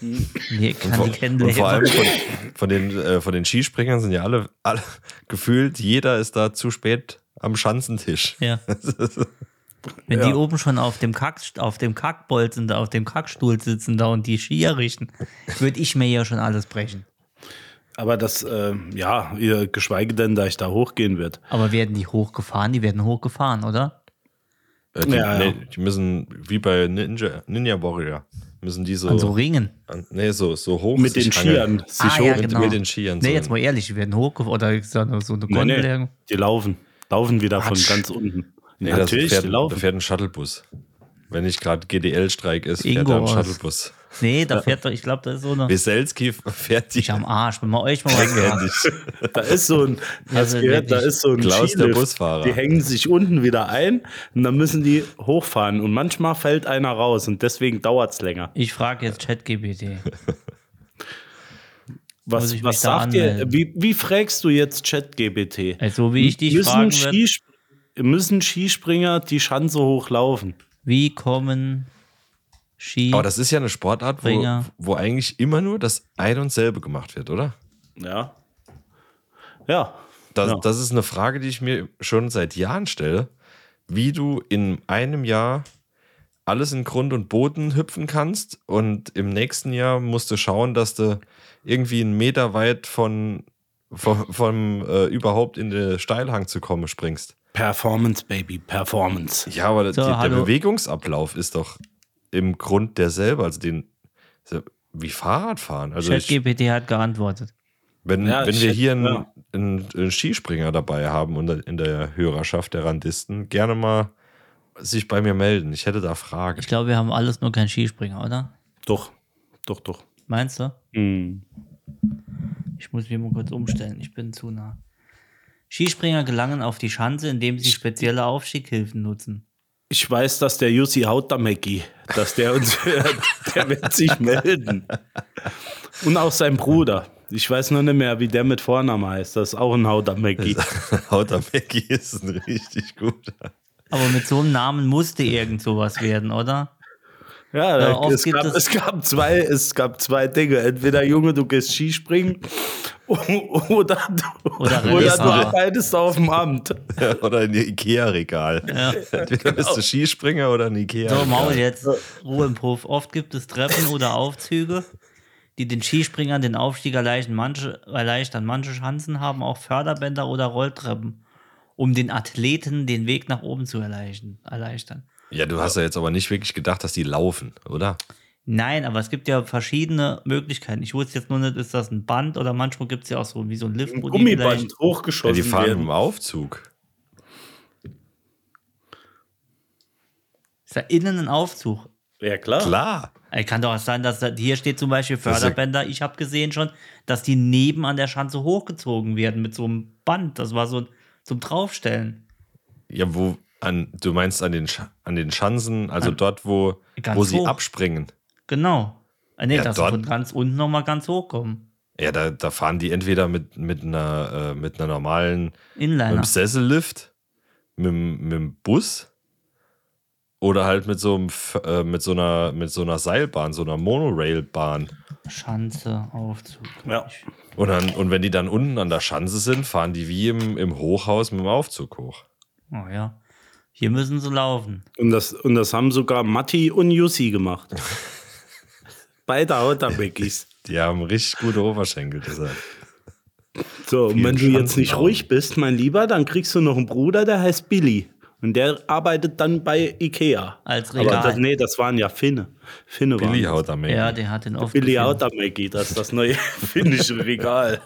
S5: Nee, kann
S1: Vor-
S5: die
S1: und vor allem
S5: kennenlernen.
S1: von, von, den, äh, von den Skispringern sind ja alle, alle gefühlt, jeder ist da zu spät am Schanzentisch.
S5: Ja. Wenn die oben schon auf dem, Kack, auf dem Kackbold sind, auf dem Kackstuhl sitzen da und die Skier richten, würde ich mir ja schon alles brechen.
S6: Aber das, äh, ja, ihr- geschweige denn, da ich da hochgehen wird.
S5: Aber werden die hochgefahren? Die werden hochgefahren, oder?
S1: Äh, die,
S6: Ja, ja.
S1: Nee, die müssen, wie bei Ninja, Ninja Warrior, müssen die so.
S5: An so Ringen.
S1: an- nee, so, so hoch.
S6: Mit
S1: Oh. sich
S6: den
S1: hangeln.
S6: Skiern. Sich
S5: Ah,
S6: hoch.
S5: ja,
S1: mit-
S5: genau.
S1: mit den Skiern
S5: Nee,
S1: so.
S5: jetzt mal ehrlich, die werden hochgefahren oder so eine so eine
S6: Nee,
S5: Gondel. Ah,
S6: nee, die laufen. Laufen wieder von
S1: Quatsch.
S6: ganz unten.
S1: Nee, das
S6: Natürlich, die
S1: fährt, da
S6: laufen.
S1: fährt ein Shuttlebus. Wenn nicht gerade GDL-Streik ist, fährt
S5: Ingo
S1: da ein
S5: aus.
S1: Shuttlebus.
S5: Nee, da fährt doch, ich glaube, da ist so eine.
S1: Weselski fährt die
S5: Ich am Arsch, wenn man euch mal was sagt.
S1: händisch.
S6: Da ist so ein, hast
S5: Also
S6: du gehört, da
S5: wirklich.
S6: ist so ein
S1: Klaus, der
S6: Skilift.
S1: Busfahrer.
S6: Die hängen sich unten wieder ein und dann müssen die hochfahren. Und manchmal fällt einer raus und deswegen dauert es länger.
S5: Ich frage jetzt ChatGPT. Muss
S6: Was,
S5: ich
S6: was
S5: mich da
S6: sagt ihr?
S5: anmelden?
S6: Wie, wie fragst du jetzt ChatGPT?
S5: Also, wie ich dich
S6: müssen,
S5: fragen würde,
S6: Skis- müssen Skispringer die Schanze hochlaufen?
S5: wie kommen Ski.
S1: Aber das ist ja eine Sportart, wo,
S5: Springer.
S1: wo eigentlich immer nur das ein und selbe gemacht wird, oder?
S6: Ja. Ja.
S1: Das,
S6: Ja.
S1: das ist eine Frage, die ich mir schon seit Jahren stelle, wie du in einem Jahr alles in Grund und Boden hüpfen kannst und im nächsten Jahr musst du schauen, dass du irgendwie einen Meter weit von, von vom äh, überhaupt in den Steilhang zu kommen springst.
S6: Performance, Baby, Performance.
S1: Ja, aber
S5: So,
S1: die, der
S5: hallo.
S1: Bewegungsablauf ist doch im Grund derselbe, also den wie Fahrradfahren. Also ich,
S5: ChatGPT hat geantwortet.
S1: wenn,
S6: Ja,
S1: wenn
S6: ich
S1: wir
S6: hätte-
S1: hier einen,
S6: ja.
S1: einen, einen Skispringer dabei haben und in der Hörerschaft der Randisten, gerne mal sich bei mir melden. Ich hätte da Fragen.
S5: Ich glaube, wir haben alles nur kein Skispringer, oder?
S6: Doch, doch, doch.
S5: Meinst du?
S6: Hm.
S5: Ich muss mich mal kurz umstellen, ich bin zu nah. Skispringer gelangen auf die Schanze, indem sie spezielle Aufstiegshilfen nutzen.
S6: Ich weiß, dass der Jussi Hautdamecki, dass der uns hört, der wird sich melden. Und auch sein Bruder. Ich weiß nur nicht mehr, wie der mit Vornamen heißt. Das ist auch ein Hautdamecki.
S1: Haut am Becky ist ein richtig guter.
S5: Aber mit so einem Namen musste irgend sowas werden, oder?
S6: Ja,
S5: Ja, oft
S6: es,
S5: gibt
S6: gab,
S5: es-
S6: es, gab zwei, es gab zwei Dinge. Entweder Junge, du gehst Skispringen oder du,
S5: Oder
S6: oder du
S5: Rennfahrer.
S6: arbeitest auf dem Amt.
S1: oder ein Ikea-Regal. Entweder bist du Skispringer oder ein Ikea.
S5: So, Maul, jetzt Ruhe im Hof. Oft gibt es Treppen oder Aufzüge, die den Skispringern den Aufstieg erleichtern. Manche, erleichtern. Manche Schanzen haben auch Förderbänder oder Rolltreppen, um den Athleten den Weg nach oben zu erleichtern. erleichtern.
S1: Ja, du hast ja jetzt aber nicht wirklich gedacht, dass die laufen, oder?
S5: Nein, aber es gibt ja verschiedene Möglichkeiten. Ich wusste jetzt nur nicht, ist das ein Band oder manchmal gibt es ja auch so wie so ein Lift,
S6: Ein
S5: wo die
S6: Gummiband
S5: vielleicht-
S1: Ja,
S6: hochgeschossen
S1: die fahren
S6: werden.
S1: im Aufzug.
S5: Ist da innen ein Aufzug?
S6: Ja, klar.
S1: Klar.
S5: Ey, Kann doch sein, dass da, hier steht zum Beispiel Förderbänder. Ich habe gesehen schon, dass die neben an der Schanze hochgezogen werden mit so einem Band. Das war so ein- zum Draufstellen.
S1: Ja, wo an, du meinst an den, Sch- an den Schansen, also dort, wo,
S5: Ganz
S1: wo sie
S5: hoch.
S1: abspringen.
S5: Genau. Äh, Nee,
S1: Ja,
S5: dass sie
S1: dort-
S5: von ganz unten nochmal ganz hochkommen.
S1: Ja, da, da fahren die entweder mit, mit, einer, äh, mit einer normalen, mit
S5: Inliner.
S1: einem Sessellift, mit, dem- mit dem Bus oder halt mit so, einem, F- äh, mit, so einer, mit so einer Seilbahn, so einer Monorailbahn.
S5: Schanze, Aufzug.
S6: Ja.
S1: Und, dann, und wenn die dann unten an der Schanze sind, fahren die wie im, im Hochhaus mit dem Aufzug hoch.
S5: Oh ja. Hier müssen sie laufen.
S6: Und das, und das haben sogar Matti und Jussi gemacht. Beide Hautarbeckies.
S1: Die haben richtig gute Oberschenkel deshalb.
S6: So, und wenn du
S1: Schanzen
S6: jetzt nicht
S1: auch.
S6: ruhig bist, mein Lieber, dann kriegst du noch einen Bruder, der heißt Billy. Und der arbeitet dann bei Ikea.
S5: Als
S6: Aber
S5: Regal.
S6: das, nee, das waren ja Finne. Finne
S1: Billy
S6: waren.
S1: haut am
S5: Ja, der hat den Aufzug.
S6: Billy Hautarbecki, das ist das neue finnische Regal.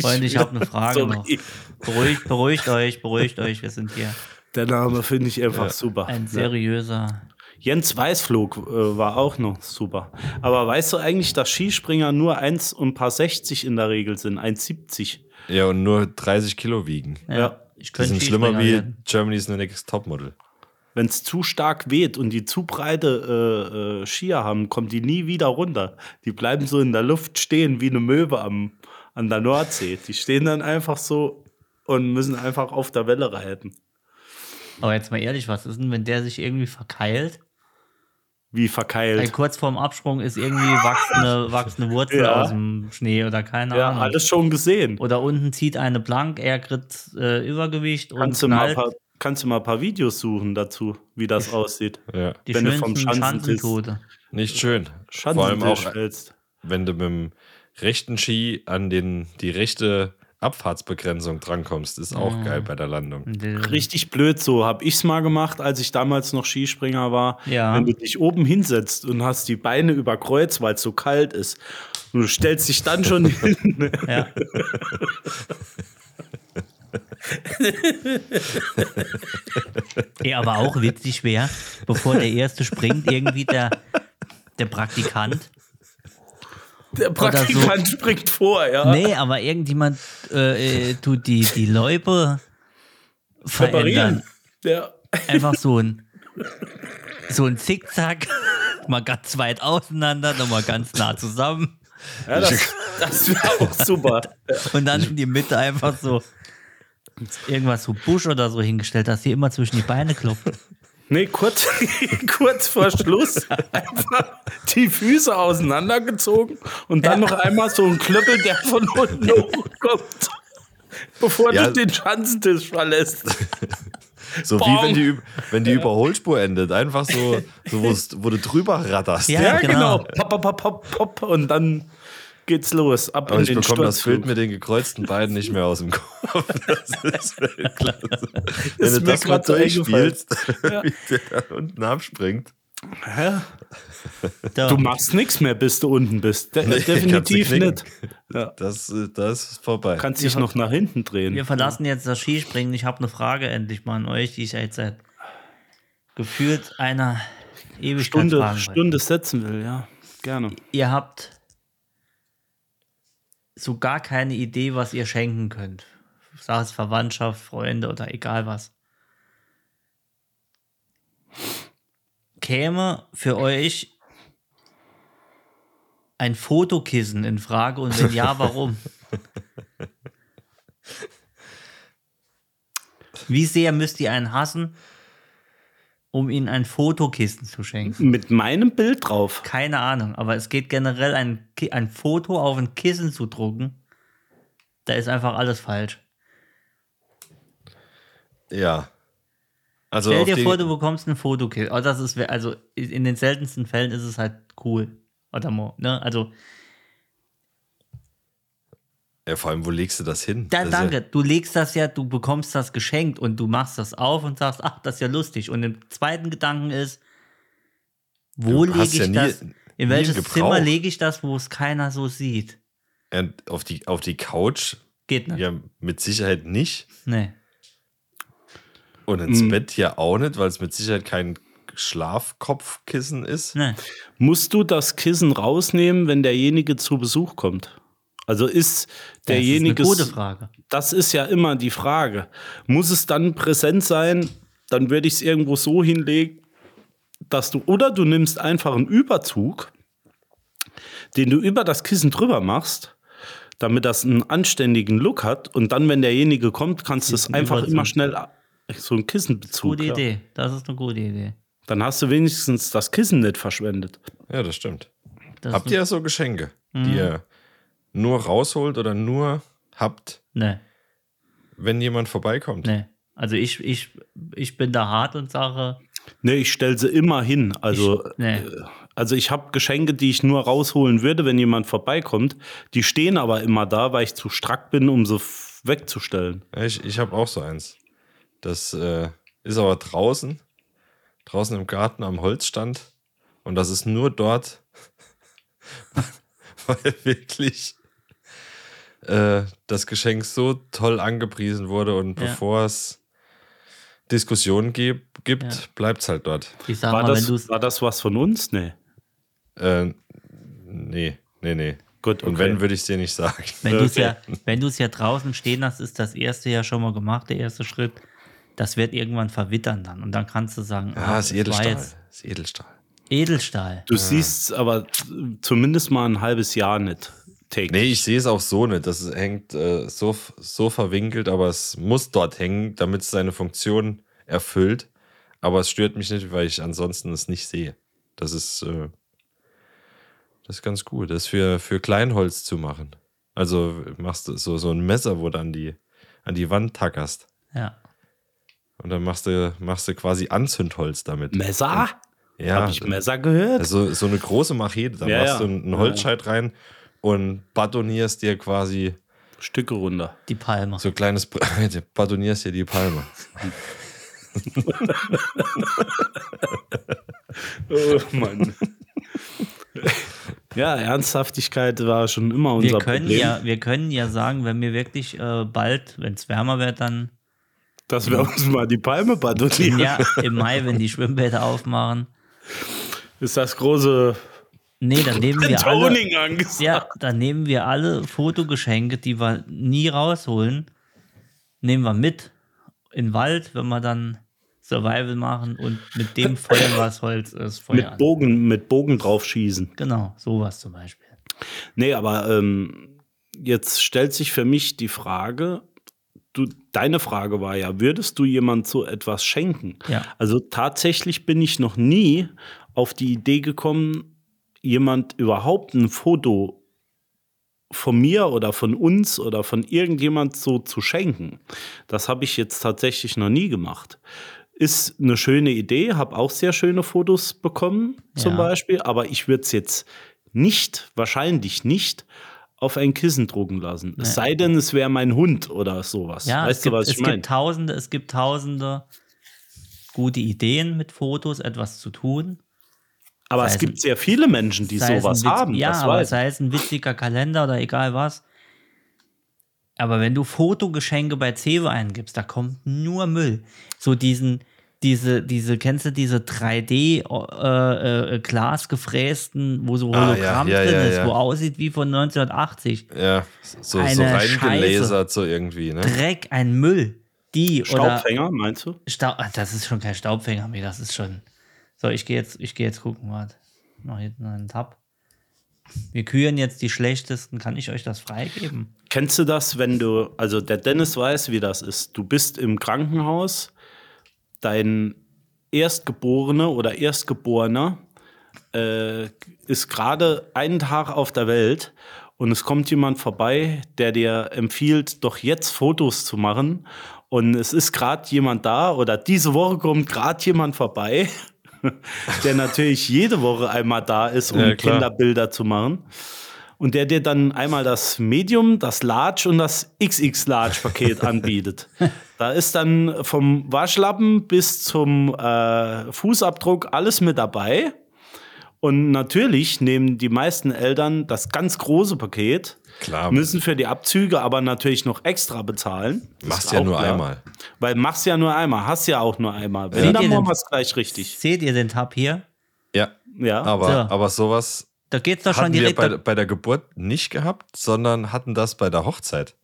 S5: Freunde, ich habe eine Frage
S6: Sorry.
S5: noch. Beruhigt, beruhigt euch, beruhigt euch. Wir sind hier
S6: Der Name finde ich einfach super.
S5: ein seriöser.
S6: Jens Weißflog äh, war auch noch super. Aber weißt du eigentlich, dass Skispringer nur 1 und ein paar 60 in der Regel sind? 1,70.
S1: Ja, und nur 30 Kilo wiegen.
S5: Ja,
S6: Ja.
S5: ich
S1: Die
S5: könnte
S1: sind schlimmer
S5: Skispringer
S1: wie
S5: werden.
S1: Germany's Next Topmodel.
S6: Wenn es zu stark weht und die zu breite äh, äh, Skier haben, kommen die nie wieder runter. Die bleiben so in der Luft stehen wie eine Möwe am, an der Nordsee. Die stehen dann einfach so und müssen einfach auf der Welle reiten.
S5: Aber jetzt mal ehrlich, was ist denn, wenn der sich irgendwie verkeilt?
S6: Wie
S5: Weil
S6: verkeilt.
S5: kurz vorm Absprung ist irgendwie wachsende, wachsende Wurzel
S6: Ja.
S5: aus dem Schnee oder keine
S6: Ja,
S5: Ahnung.
S6: alles schon gesehen.
S5: Oder unten zieht eine blank, er kriegt äh, Übergewicht und
S6: Kannst du, mal
S5: knallt
S6: ein paar, kannst du mal ein paar Videos suchen dazu, wie das aussieht?
S1: Ja.
S5: die
S6: wenn du vom
S5: schönsten
S6: Schanzentisch-
S5: Schanzentote.
S1: Nicht schön.
S6: Schanzen
S1: Vor allem
S6: dich
S1: auch, äh,
S6: fällst.
S1: wenn du mit dem rechten Ski an den, die rechte Abfahrtsbegrenzung drankommst, ist auch geil bei der Landung.
S5: Mhm.
S6: Richtig blöd, so habe ich es mal gemacht, als ich damals noch Skispringer war.
S5: Ja.
S6: Wenn du dich oben hinsetzt und hast die Beine über Kreuz, weil es so kalt ist, und du stellst dich dann schon hin.
S5: Ja. Ey, aber auch witzig wäre, bevor der erste springt, irgendwie der, der Praktikant.
S6: Der Praktikant springt vor, ja.
S5: Nee, aber irgendjemand äh, äh, tut die, die Loipe verändern.
S6: Reparieren. Ja.
S5: Einfach so ein, so ein Zickzack, mal ganz weit auseinander, nochmal ganz nah zusammen.
S6: ja, das, das wäre auch super.
S5: Und dann in die Mitte einfach so irgendwas so Busch oder so hingestellt, dass sie immer zwischen die Beine klopft.
S6: Nee, kurz, kurz vor Schluss einfach die Füße auseinandergezogen und dann noch einmal so ein Klöppel, der von unten hochkommt, bevor
S1: Ja.
S6: du den Schanzentisch verlässt.
S1: So
S6: Bong.
S1: wie wenn die, Üb- wenn die Überholspur endet. Einfach so, so wo's- wo du drüber ratterst.
S5: Ja.
S6: Ja,
S5: genau.
S6: genau. Pop, pop, pop, pop, pop. Und dann geht's los. Ab
S1: Aber
S6: in
S1: ich
S6: den
S1: bekomme das Bild
S6: Sturzflug.
S1: mit den gekreuzten Beinen nicht mehr aus dem Kopf. Das ist Weltklasse. Wenn
S6: Ist
S1: du
S6: mir
S1: das mal
S6: grad so eingefallen.
S1: durchspielst, wie der da unten abspringt.
S6: Hä?
S5: Da.
S6: Du machst nichts mehr, bis du unten bist. De
S1: Nee,
S6: definitiv
S1: kannst du
S6: nicht.
S1: knicken.
S6: Ja.
S1: Das, äh, das ist vorbei.
S6: Kannst dich noch nach hinten drehen.
S5: Wir verlassen jetzt das Skispringen. Ich habe eine Frage endlich mal an euch, die ich jetzt seit gefühlt einer Ewigkeit
S6: Stunde,
S5: fragen wollte.
S6: Stunde setzen will, ja. Gerne.
S5: Ihr habt so gar keine Idee, was ihr schenken könnt. Sei es Verwandtschaft, Freunde oder egal was. Käme für euch ein Fotokissen in Frage und wenn ja, warum? Wie sehr müsst ihr einen hassen, um ihnen ein Fotokissen zu schenken?
S6: Mit meinem Bild drauf.
S5: Keine Ahnung, aber es geht generell, ein, Ki- ein Foto auf ein Kissen zu drucken. Da ist einfach alles falsch.
S1: Ja. Also
S5: Stell
S1: auf
S5: dir
S1: die-
S5: vor, du bekommst ein Fotokissen. Oh, das ist, also in den seltensten Fällen ist es halt cool. Oder mo, ne? Also,
S1: ja, vor allem, wo legst du das hin?
S5: da,
S1: Das ist ja-
S5: danke. Du legst das ja, du bekommst das geschenkt und du machst das auf und sagst, ach, das ist ja lustig. Und im zweiten Gedanken ist,
S1: Du
S5: wo lege
S1: hast
S5: ich
S1: ja nie-
S5: das?
S1: nie
S5: In
S1: einen
S5: welches
S1: Gebrauch.
S5: Zimmer lege ich das, wo es keiner so sieht?
S1: Und auf die, auf die Couch?
S5: Geht nicht.
S1: Ja, mit Sicherheit nicht.
S5: Nee.
S1: Und ins Bett ja auch nicht, weil es mit Sicherheit kein Schlafkopfkissen ist.
S5: Ne.
S6: Musst du das Kissen rausnehmen, wenn derjenige zu Besuch kommt? Also ist derjenige.
S5: Das ist eine gute Frage.
S6: Das ist ja immer die Frage. Muss es dann präsent sein? Dann würde ich es irgendwo so hinlegen, dass du. Oder du nimmst einfach einen Überzug, den du über das Kissen drüber machst, damit das einen anständigen Look hat. Und dann, wenn derjenige kommt, kannst du es
S5: Diesen
S6: einfach
S5: Überzug.
S6: immer schnell. a- So ein Kissenbezug.
S5: Gute
S6: ja.
S5: Idee. Das ist eine gute Idee.
S6: Dann hast du wenigstens das Kissen nicht verschwendet.
S1: Ja, das stimmt.
S5: Das
S1: habt
S5: ist-
S1: ihr so Geschenke, die ihr nur rausholt oder nur habt,
S5: Ne,
S1: wenn jemand vorbeikommt?
S5: ne. Also ich, ich, ich bin da hart und sage,
S6: Nee, ich stelle sie immer hin. Also,
S5: Ich- ne, nee.
S6: äh, also ich habe Geschenke, die ich nur rausholen würde, wenn jemand vorbeikommt. Die stehen aber immer da, weil ich zu strack bin, um sie f- wegzustellen.
S1: Ja, Ich, ich habe auch so eins. Das äh, ist aber draußen, draußen im Garten am Holzstand. Und das ist nur dort, weil wirklich äh, das Geschenk so toll angepriesen wurde. Und
S5: Ja.
S1: bevor es Diskussionen gibt, gibt
S5: Ja.
S1: bleibt es halt dort.
S5: ich sag
S6: War
S5: mal, wenn du
S6: das, war das was von uns? Nee.
S1: Äh, nee, nee, nee.
S6: Gut,
S1: Und
S6: okay.
S1: wenn, würde ich dir nicht sagen.
S5: Wenn du es ja, wenn du's ja draußen stehen hast, ist das erste ja schon mal gemacht, der erste Schritt. Das wird irgendwann verwittern dann. Und dann kannst du sagen,
S1: Ah, ist
S5: das war
S1: Edelstahl.
S5: jetzt
S1: Ist Edelstahl.
S5: Edelstahl.
S6: Du siehst aber z- zumindest mal ein halbes Jahr nicht.
S1: Nee,
S6: täglich.
S1: ich sehe es auch so nicht. Das hängt äh, so, so verwinkelt, aber es muss dort hängen, damit es seine Funktion erfüllt. Aber es stört mich nicht, weil ich ansonsten es nicht sehe. Das ist, äh, das ist ganz gut. Das für, für Kleinholz zu machen. Also machst du so, so ein Messer, wo du an die, an die Wand tackerst.
S5: Ja.
S1: Und dann machst du, machst du quasi Anzündholz damit.
S6: Messer?
S1: Ja,
S6: Habe ich Messer gehört?
S1: also so eine große Machete. Dann
S6: Ja,
S1: machst
S6: ja.
S1: du einen Holzscheit rein und batonierst dir quasi
S6: Stücke runter.
S5: Die Palme.
S1: So ein kleines, Br- du batonierst hier die Palme.
S6: Oh Mann. ja, Ernsthaftigkeit war schon immer unser
S5: wir, können
S6: Problem.
S5: ja, wir können ja sagen, wenn wir wirklich äh, bald, wenn es wärmer wird, dann
S6: Dass wir uns mal die Palme badonieren.
S5: ja, im Mai, wenn die Schwimmbäder aufmachen.
S6: Ist das große
S5: Nee, dann nehmen wir alle.
S6: Toning angesagt.
S5: Ja, dann nehmen wir alle Fotogeschenke, die wir nie rausholen, nehmen wir mit in den Wald, wenn wir dann Survival machen und mit dem Feuer, was Holz ist, Feuer
S6: Mit
S5: an.
S6: Bogen, mit Bogen drauf schießen.
S5: Genau, sowas zum Beispiel.
S6: Nee, aber ähm, jetzt stellt sich für mich die Frage, du, deine Frage war ja, würdest du jemand so etwas schenken?
S5: Ja.
S6: Also tatsächlich bin ich noch nie auf die Idee gekommen, jemand überhaupt ein Foto von mir oder von uns oder von irgendjemand so zu schenken. Das habe ich jetzt tatsächlich noch nie gemacht. Ist eine schöne Idee, habe auch sehr schöne Fotos bekommen, zum
S5: Ja.
S6: Beispiel, aber ich würde es jetzt nicht, wahrscheinlich nicht, auf ein Kissen drucken lassen. Es sei denn, es wäre mein Hund oder sowas.
S5: Ja,
S6: weißt
S5: es gibt,
S6: du, was
S5: es
S6: ich meine?
S5: gibt tausende, es gibt tausende gute Ideen mit Fotos, etwas zu tun.
S6: Aber
S5: sei
S6: es
S5: es
S6: gibt
S5: ein-
S6: sehr viele Menschen, die
S5: Sei es
S6: sowas
S5: ein Witz-
S6: haben.
S5: Ja,
S6: das
S5: aber
S6: weiß. ich.
S5: sei es ein witziger Kalender oder egal was. Aber wenn du Fotogeschenke bei Cewe eingibst, da kommt nur Müll. So diesen, diese, diese, kennst du diese 3D-Glas äh, äh, Glas gefrästen, wo so
S1: Ah, ja,
S5: Hologramm
S1: ja,
S5: drin
S1: ja,
S5: ist,
S1: ja.
S5: wo aussieht wie von 1980.
S1: Ja, so, so
S5: Eine
S1: reingelasert, so irgendwie, ne?
S5: Dreck, ein Müll. Die oder
S6: Staubfänger, meinst du?
S5: Stau ah, das ist schon kein Staubfänger mehr, das ist schon. So, ich gehe jetzt, ich gehe jetzt gucken, warte. Ich Mach jetzt noch einen Tab. Wir küren jetzt die schlechtesten. Kann ich euch das freigeben?
S6: Kennst du das, wenn du, also der Dennis weiß, wie das ist. Du bist im Krankenhaus, dein Erstgeborene oder Erstgeborener äh, ist gerade einen Tag auf der Welt und es kommt jemand vorbei, der dir empfiehlt, doch jetzt Fotos zu machen. Und es ist gerade jemand da oder diese Woche kommt gerade jemand vorbei, der natürlich jede Woche einmal da ist, um
S1: Ja, klar.
S6: Kinderbilder zu machen. Und der dir dann einmal das Medium, das Large und das XX Large Paket anbietet. Da ist dann vom Waschlappen bis zum äh, Fußabdruck alles mit dabei. Und natürlich nehmen die meisten Eltern das ganz große Paket,
S1: Klar.
S6: müssen für die Abzüge aber natürlich noch extra bezahlen. Das
S1: Machst
S6: ist
S1: ja
S6: auch
S1: nur
S6: klar.
S1: einmal.
S6: Weil machst ja nur einmal, hast ja auch nur einmal. Wenn,
S5: Seht
S6: dann
S5: ihr
S6: machen
S5: denn-
S6: wir es gleich richtig.
S5: Seht ihr den Tab hier?
S1: Ja.
S6: Ja.
S1: Aber,
S5: So.
S1: aber sowas
S5: Da geht's doch schon
S1: hatten wir
S5: direkt.
S1: bei, bei der Geburt nicht gehabt, sondern hatten das bei der Hochzeit.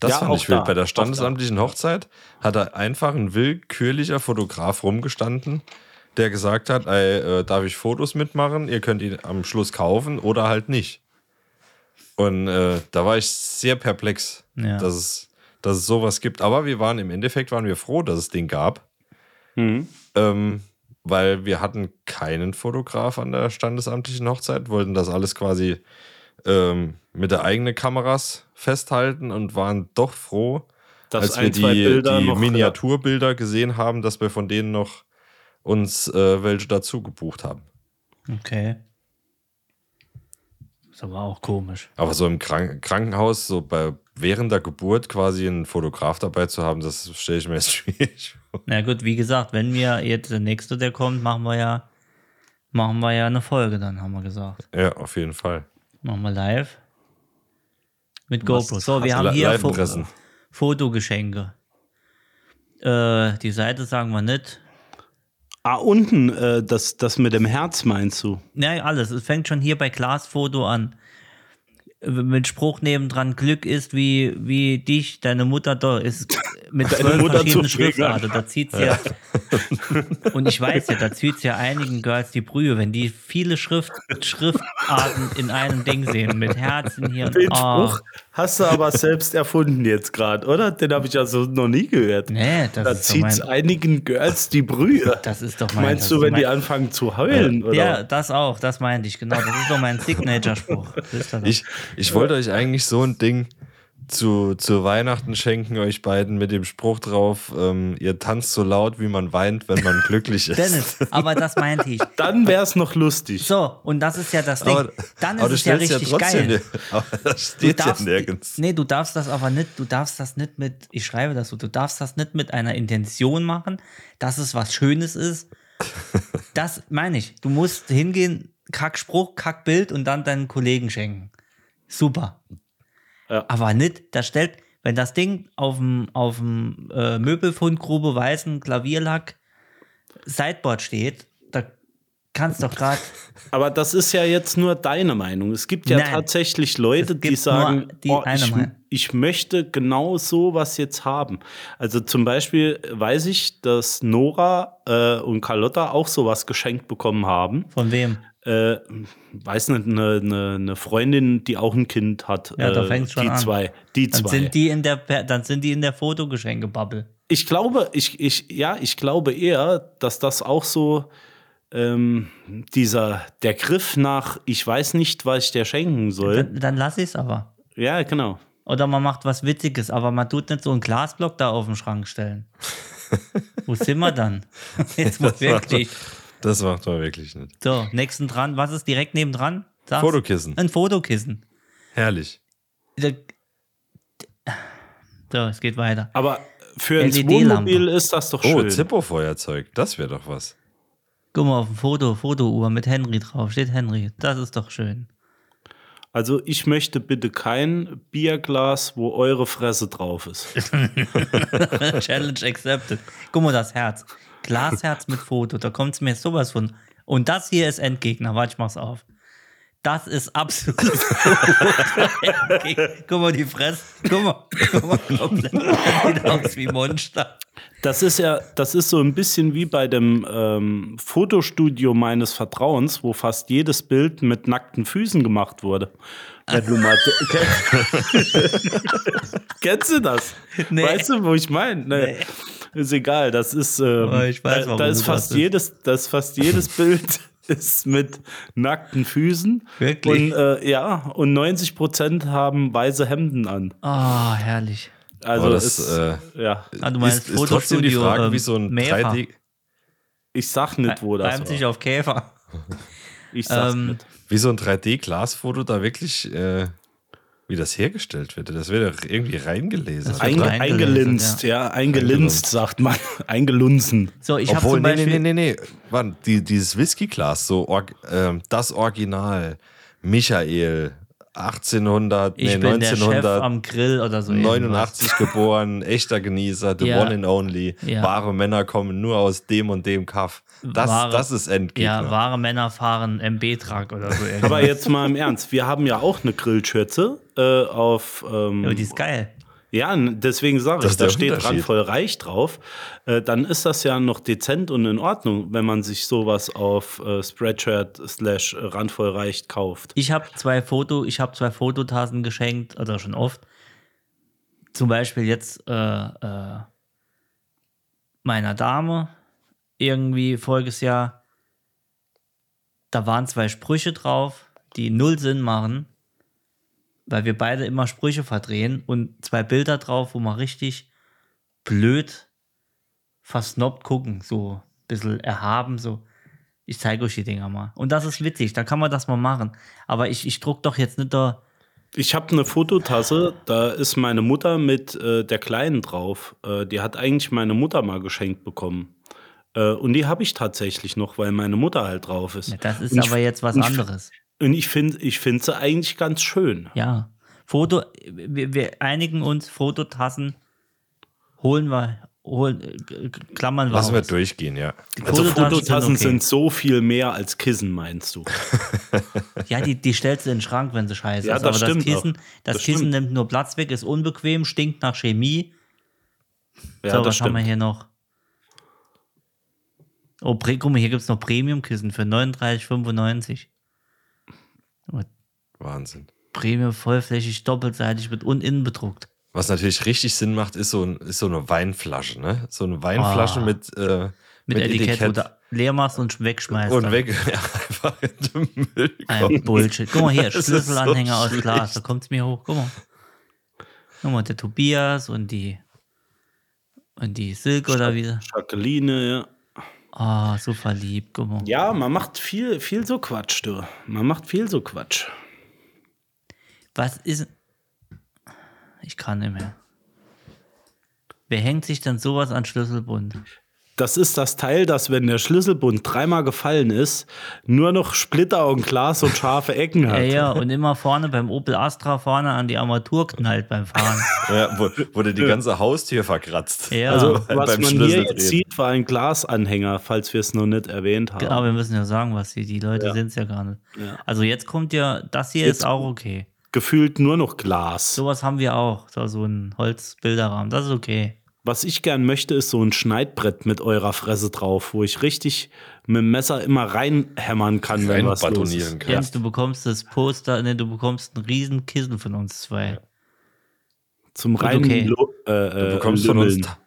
S1: Das
S6: Ja,
S1: fand
S6: auch
S1: ich wild.
S6: da,
S1: Bei der
S6: auch
S1: standesamtlichen Hochzeit hat da einfach ein willkürlicher Fotograf rumgestanden, der gesagt hat, ey, äh, darf ich Fotos mitmachen? Ihr könnt ihn am Schluss kaufen oder halt nicht. Und äh, da war ich sehr perplex,
S5: Ja.
S1: dass, es, dass es sowas gibt. Aber wir waren im Endeffekt waren wir froh, dass es den gab.
S6: Mhm.
S1: Ähm, weil wir hatten keinen Fotograf an der standesamtlichen Hochzeit, wollten das alles quasi ähm, mit der eigenen Kameras festhalten und waren doch froh,
S6: Dass
S1: als
S6: ein,
S1: wir
S6: zwei
S1: die,
S6: Bilder
S1: die
S6: noch-
S1: Miniaturbilder gesehen haben, dass wir von denen noch uns äh, welche dazu gebucht haben.
S5: okay. Ist aber auch komisch.
S1: Aber so im Krank Krankenhaus, so bei während der Geburt quasi einen Fotograf dabei zu haben, das stelle ich mir jetzt schwierig vor.
S5: Na gut, wie gesagt, wenn wir jetzt der nächste, der kommt, machen wir ja, machen wir ja eine Folge dann, haben wir gesagt.
S1: Ja, auf jeden Fall.
S5: Machen wir live. Mit GoPro. So, wir
S1: hast
S5: haben
S1: du
S5: hier
S1: live
S5: Fo
S1: Interessen?
S5: Fotogeschenke. Äh, die Seite sagen wir nicht.
S6: Ah, unten, äh, das, das mit dem Herz meinst du?
S5: Nein, alles. Es fängt schon hier bei Glasfoto an. Äh, Mit Spruch nebendran, Glück ist wie, wie dich, deine Mutter da ist mit zwölf
S6: Mutter
S5: verschiedenen
S6: zu bringen.
S5: Schriftarten. Da zieht's ja. Und ich weiß ja, da zieht's ja einigen Girls die Brühe, wenn die viele Schrift, Schriftarten in einem Ding sehen, mit Herzen hier. und-
S6: Den
S5: oh.
S6: Spruch hast du aber selbst erfunden jetzt gerade, oder? Den habe ich also noch nie gehört.
S5: Nee, das
S6: da
S5: ist doch
S6: zieht es
S5: mein-
S6: einigen Girls die Brühe.
S5: Das ist doch mein. das
S6: Meinst du,
S5: ist
S6: wenn
S5: mein,
S6: die anfangen zu heulen? Oder?
S5: Ja, das auch, das meinte ich, genau. Das ist doch mein Signature-Spruch. Das ist doch-
S1: Ich, ich wollte euch eigentlich so ein Ding zu, zu Weihnachten schenken, euch beiden mit dem Spruch drauf, ähm, ihr tanzt so laut, wie man weint, wenn man glücklich ist.
S5: Dennis, aber das meinte ich.
S6: Dann wäre es noch lustig.
S5: So, und das ist ja das Ding.
S1: aber,
S5: Dann
S1: aber
S5: ist
S1: du
S5: es ja
S1: stellst
S5: richtig
S1: trotzdem
S5: geil.
S1: ne- aber das
S5: Du
S1: steht ja
S5: darfst,
S1: nirgends.
S5: nee, du darfst das aber nicht, du darfst das nicht mit, ich schreibe das so, du darfst das nicht mit einer Intention machen, dass es was Schönes ist. Das meine ich. Du musst hingehen, Kackspruch, Kackbild und dann deinen Kollegen schenken. Super.
S6: Ja.
S5: Aber nicht, da stellt, wenn das Ding auf dem, auf dem äh, Möbelfundgrube weißen Klavierlack Sideboard steht, da kannst doch gerade
S6: Aber das ist ja jetzt nur deine Meinung. Es gibt ja
S5: Nein.
S6: tatsächlich Leute,
S5: Es
S6: die
S5: gibt
S6: sagen,
S5: nur die
S6: oh,
S5: eine
S6: ich,
S5: Meinung.
S6: ich möchte genau so was jetzt haben. Also zum Beispiel weiß ich, dass Nora äh, und Carlotta auch sowas geschenkt bekommen haben.
S5: von wem?
S6: Äh, weiß nicht, eine, eine, eine Freundin, die auch ein Kind hat.
S5: Ja, da
S6: äh,
S5: fängt's schon
S6: die
S5: an.
S6: zwei. Die
S5: Dann
S6: zwei.
S5: sind die in der, Per- dann sind die in der Fotogeschenke-Bubble.
S6: ich glaube, ich, ich, ja, ich glaube eher, dass das auch so ähm, dieser der Griff nach, ich weiß nicht, was ich dir schenken soll.
S5: Dann, dann lass ich es aber.
S6: Ja, genau.
S5: Oder man macht was Witziges, aber man tut nicht so einen Glasblock da auf den Schrank stellen. Wo sind wir dann? Jetzt mal
S1: Das macht-
S5: wirklich.
S1: Das macht man wirklich nicht.
S5: So, nächsten dran. Was ist direkt nebendran? Sag's.
S1: Fotokissen.
S5: Ein Fotokissen.
S1: Herrlich.
S5: Da- So, es geht weiter.
S6: Aber für ein
S5: LED-Lampe.
S6: Wohnmobil ist das doch
S1: Oh,
S6: schön.
S1: Zippo-Feuerzeug, das wäre doch was.
S5: Guck mal auf ein Foto, Fotouhr mit Henry drauf. Steht Henry. Das ist doch schön.
S6: also ich möchte bitte kein Bierglas, wo eure Fresse drauf ist.
S5: Challenge accepted. Guck mal, das Herz. Glasherz mit Foto, da kommt es mir sowas von. Und das hier ist Endgegner, warte, ich mach's auf. Das ist absolut. Endgegner. Guck mal, die Fresse. Guck mal, guck mal, komplett. Sieht aus wie Monster.
S6: Das ist ja, das ist so ein bisschen wie bei dem ähm, Fotostudio meines Vertrauens, wo fast jedes Bild mit nackten Füßen gemacht wurde. Wenn du mal Kennst du das?
S5: Nee.
S6: Weißt du, wo ich meine? Nee. Ist egal, das ist, ähm,
S5: Aber Oh, ich weiß,
S6: da,
S5: warum
S6: da
S5: du
S6: ist
S5: das
S6: fast
S5: hast.
S6: jedes, das ist fast jedes Bild ist mit nackten Füßen.
S5: Wirklich?
S6: Und, äh, ja, und 90 Prozent haben weiße Hemden an.
S5: Oh, herrlich.
S6: Also
S5: Oh,
S1: Boah, das,
S6: ist,
S1: äh,
S6: ja,
S5: Ah, du
S1: ist,
S5: meinst
S1: ist trotzdem die
S5: Fotostudio,
S1: Frage,
S5: ähm,
S1: wie so ein
S5: mehrfach.
S1: 3D,
S6: ich sag nicht, wo das
S5: Reimt sich
S6: war.
S5: auf Käfer.
S6: Ich sag's
S5: Ähm,
S6: nicht.
S1: wie so ein 3D-Glasfoto da wirklich äh, Wie das hergestellt wird, das wird doch irgendwie reingelesen.
S5: Das wird
S6: Einge
S5: reingelinst,
S6: eingelinst, ja. eingelinst, sagt man. Eingelunzen.
S5: So, ich habe
S1: Obwohl,
S5: zum
S1: nee,
S5: Beispiel.
S1: nee, nee, nee, nee. Mann, die, dieses Whiskyglas, so org- ähm, das Original, Michael, 1800,
S5: Ich
S1: nee,
S5: bin der Chef
S1: 1989
S5: am Grill oder so. irgendwas.
S1: geboren, echter Genießer, the
S5: Ja.
S1: one and only.
S5: Ja.
S1: Wahre Männer kommen nur aus dem und dem Kaff. Das,
S5: Wahre-
S1: das ist Endgegner.
S5: Ja, wahre Männer fahren MB-Truck oder so. irgendwas.
S6: Aber jetzt mal im Ernst, wir haben ja auch eine Grillschürze äh, auf.
S5: Aber
S6: Ähm,
S5: die ist geil.
S6: ja, n- deswegen sage
S1: Das
S6: ich,
S1: ist
S6: da
S1: der
S6: steht
S1: Unterschied.
S6: randvoll reich drauf. Äh, dann ist das ja noch dezent und in Ordnung, wenn man sich sowas auf äh, Spreadshirt slash randvoll reich kauft.
S5: Ich habe zwei Foto, ich habe zwei Fototassen geschenkt, also schon oft. Zum Beispiel jetzt äh, äh, meiner Dame irgendwie voriges Jahr. Da waren zwei Sprüche drauf, die null Sinn machen, weil wir beide immer Sprüche verdrehen und zwei Bilder drauf, wo man richtig blöd versnobbt gucken, so ein bisschen erhaben, so. Ich zeige euch die Dinger mal. Und das ist witzig, da kann man das mal machen. Aber ich, ich druck doch jetzt nicht da.
S6: Ich habe eine Fototasse, da ist meine Mutter mit äh, der Kleinen drauf. Äh, die hat eigentlich meine Mutter mal geschenkt bekommen. Äh, und die habe ich tatsächlich noch, weil meine Mutter halt drauf ist.
S5: Ja, das ist
S6: Und ich-
S5: aber jetzt was
S6: und ich-
S5: anderes.
S6: Und ich finde ich find sie eigentlich ganz schön.
S5: Ja. Foto, wir, wir einigen uns, Fototassen holen wir, holen, äh, klammern wir.
S1: Lassen wir
S5: aus.
S1: durchgehen, ja.
S5: Fototaschen
S6: Also
S5: sind
S6: Fototassen
S5: okay.
S6: sind so viel mehr als Kissen, meinst du?
S5: Ja, die, die stellst du in den Schrank, wenn sie scheiße
S6: Ja,
S5: ist.
S6: das
S5: aber das
S6: stimmt
S5: Kissen,
S6: auch.
S5: das
S6: Das
S5: Kissen
S6: stimmt.
S5: nimmt nur Platz weg, ist unbequem, stinkt nach Chemie.
S6: Ja,
S5: so, was
S6: das
S5: haben wir
S6: stimmt.
S5: hier noch? Oh, Pre guck mal, hier gibt es noch Premium-Kissen für 39,95.
S1: Wahnsinn.
S5: Premium vollflächig, doppelseitig mit und innen bedruckt.
S1: Was natürlich richtig Sinn macht, ist so, ein, ist so eine Weinflasche, ne? So eine Weinflasche
S5: Ah.
S1: mit, äh,
S5: Mit, Etikett, wo du leer machst und wegschmeißt.
S1: und
S5: dann.
S1: weg, ja, einfach in den Müll
S5: Ein
S1: kommt.
S5: Bullshit. Guck mal hier,
S1: Das ist
S5: Schlüsselanhänger
S1: so
S5: aus Glas,
S1: schlecht.
S5: da kommt es mir hoch. Guck mal. Guck mal, der Tobias und die und die Silke oder wie.
S6: Jacqueline, ja.
S5: Ah, so verliebt. Guck mal.
S6: Ja, man macht viel, viel so Quatsch, du. Man macht viel so Quatsch.
S5: Was ist. Ich kann nicht mehr. Wer hängt sich denn sowas an Schlüsselbund?
S6: Das ist das Teil, das, wenn der Schlüsselbund dreimal gefallen ist, nur noch Splitter und Glas und scharfe Ecken
S5: Ja,
S6: hat.
S5: ja, und immer vorne beim Opel Astra vorne an die Armatur knallt beim Fahren.
S1: Ja, wo, wurde die ganze Haustür verkratzt.
S5: Ja.
S6: Also,
S1: Beim-
S6: was
S1: halt beim
S6: man hier
S1: Schlüsseldrehen.
S6: jetzt sieht, war ein Glasanhänger, falls wir es noch nicht erwähnt haben.
S5: Genau, wir müssen ja sagen, was die, die Leute sind es ja gar nicht. Also jetzt kommt ja, das hier
S6: Jetzt-
S5: ist auch okay.
S6: Gefühlt nur noch Glas.
S5: Sowas haben wir auch, so, so ein Holzbilderrahmen, das ist okay.
S6: Was ich gern möchte, ist so ein Schneidbrett mit eurer Fresse drauf, wo ich richtig mit dem Messer immer reinhämmern kann, wenn was los ist.
S1: Reinbatonieren kann.
S5: Jens, du bekommst das Poster, ne, du bekommst einen riesen Kissen von uns zwei.
S6: Zum reinen
S5: okay.
S6: Lo äh,
S1: Du bekommst von uns,
S6: Lümmeln.
S1: Ta-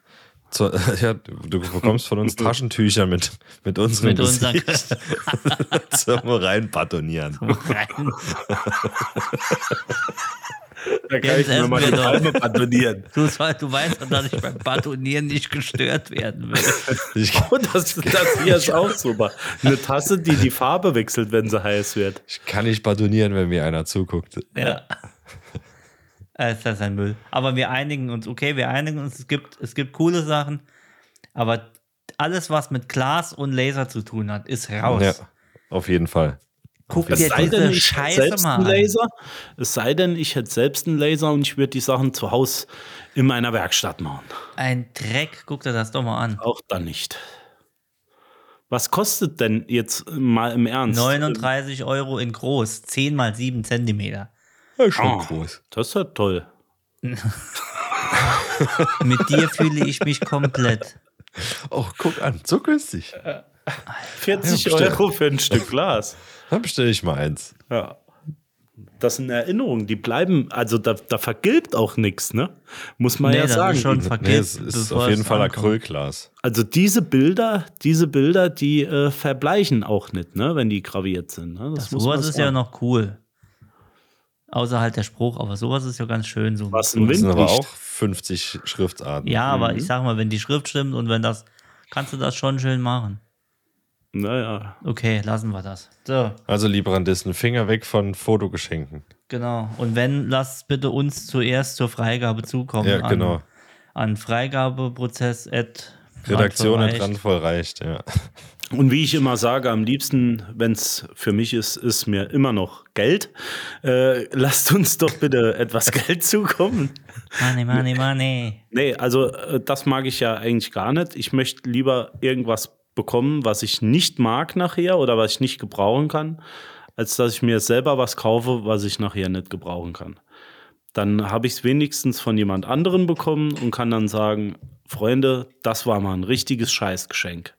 S1: zur- ja, du bekommst von uns Taschentücher mit, mit unserem
S5: Mit unseren
S1: Gesicht zum Reinbatonieren.
S5: Rein.
S6: Da kann
S5: Jens,
S6: ich mir
S5: essen
S6: mal
S5: wir
S6: die
S5: doch.
S6: Palme batonieren.
S5: Du, soll- du weißt doch, dass ich beim Batonieren nicht gestört werden will.
S1: Ich,
S6: Und das, das hier ist auch super. Eine Tasse, die die Farbe wechselt, wenn sie heiß wird.
S1: ich kann nicht batonieren, wenn mir einer zuguckt.
S5: Ja. Äh, Ist das ein Müll. Aber wir einigen uns, okay, wir einigen uns, es gibt, es gibt coole Sachen, aber alles, was mit Glas und Laser zu tun hat, ist raus.
S1: Ja, auf jeden Fall.
S5: Guck dir
S1: Es sei
S5: diese
S6: ich hätte
S5: Scheiße
S6: selbst
S5: mal
S6: einen
S5: an.
S6: Laser. Es sei denn, ich hätte selbst einen Laser und ich würde die Sachen zu Hause in meiner Werkstatt machen.
S5: Ein Dreck, guck dir das doch mal an.
S6: Auch dann nicht. Was kostet denn jetzt mal im Ernst?
S5: 39 Euro in groß, 10 mal 7 Zentimeter.
S1: Ja, schon
S6: Ah.
S1: groß.
S6: Das ist ja toll.
S5: Mit dir fühle ich mich komplett.
S1: Oh, guck an, so günstig.
S6: 40
S1: Ja, bestimmt.
S6: Euro für ein Stück Glas.
S1: Dann bestelle ich mal eins.
S6: Ja. Das sind Erinnerungen, die bleiben, also da, da vergilbt auch nichts, ne? Muss man
S5: Nee,
S6: ja
S5: das
S6: sagen.
S5: ist schon
S1: Nee,
S5: verkehrt.
S1: es ist
S5: bevor
S1: auf jeden
S5: es
S1: Fall
S5: ankommt.
S1: Acrylglas.
S6: Also diese Bilder, diese Bilder, die äh, verbleichen auch nicht, ne? Wenn die graviert sind. Ne? Das, muss man
S5: Sowas ist
S6: sagen.
S5: ja noch cool. Außer halt der Spruch, aber sowas ist ja ganz schön. So.
S6: Was
S5: so
S6: ein
S1: Das sind aber
S6: Windlicht.
S1: auch 50 Schriftarten.
S5: Ja, aber ich sag mal, wenn die Schrift stimmt und wenn das, kannst du das schon schön machen.
S6: Naja.
S5: Okay, lassen wir das. So,
S1: Also Liebrandisten, Finger weg von Fotogeschenken.
S5: Genau. Und wenn, lasst bitte uns zuerst zur Freigabe zukommen.
S1: Ja, genau.
S5: An, an Freigabeprozess at
S1: Redaktion
S5: Brandvoll
S1: dran
S5: reicht.
S1: voll reicht, ja.
S6: Und wie ich immer sage, am liebsten, wenn es für mich ist, ist mir immer noch Geld. Äh, lasst uns doch bitte etwas Geld zukommen.
S5: Money, money, money.
S6: Nee, also äh, das mag ich ja eigentlich gar nicht. Ich möchte lieber irgendwas bekommen, was ich nicht mag nachher oder was ich nicht gebrauchen kann, als dass ich mir selber was kaufe, was ich nachher nicht gebrauchen kann. Dann habe ich es wenigstens von jemand anderen bekommen und kann dann sagen, Freunde, das war mal ein richtiges Scheißgeschenk.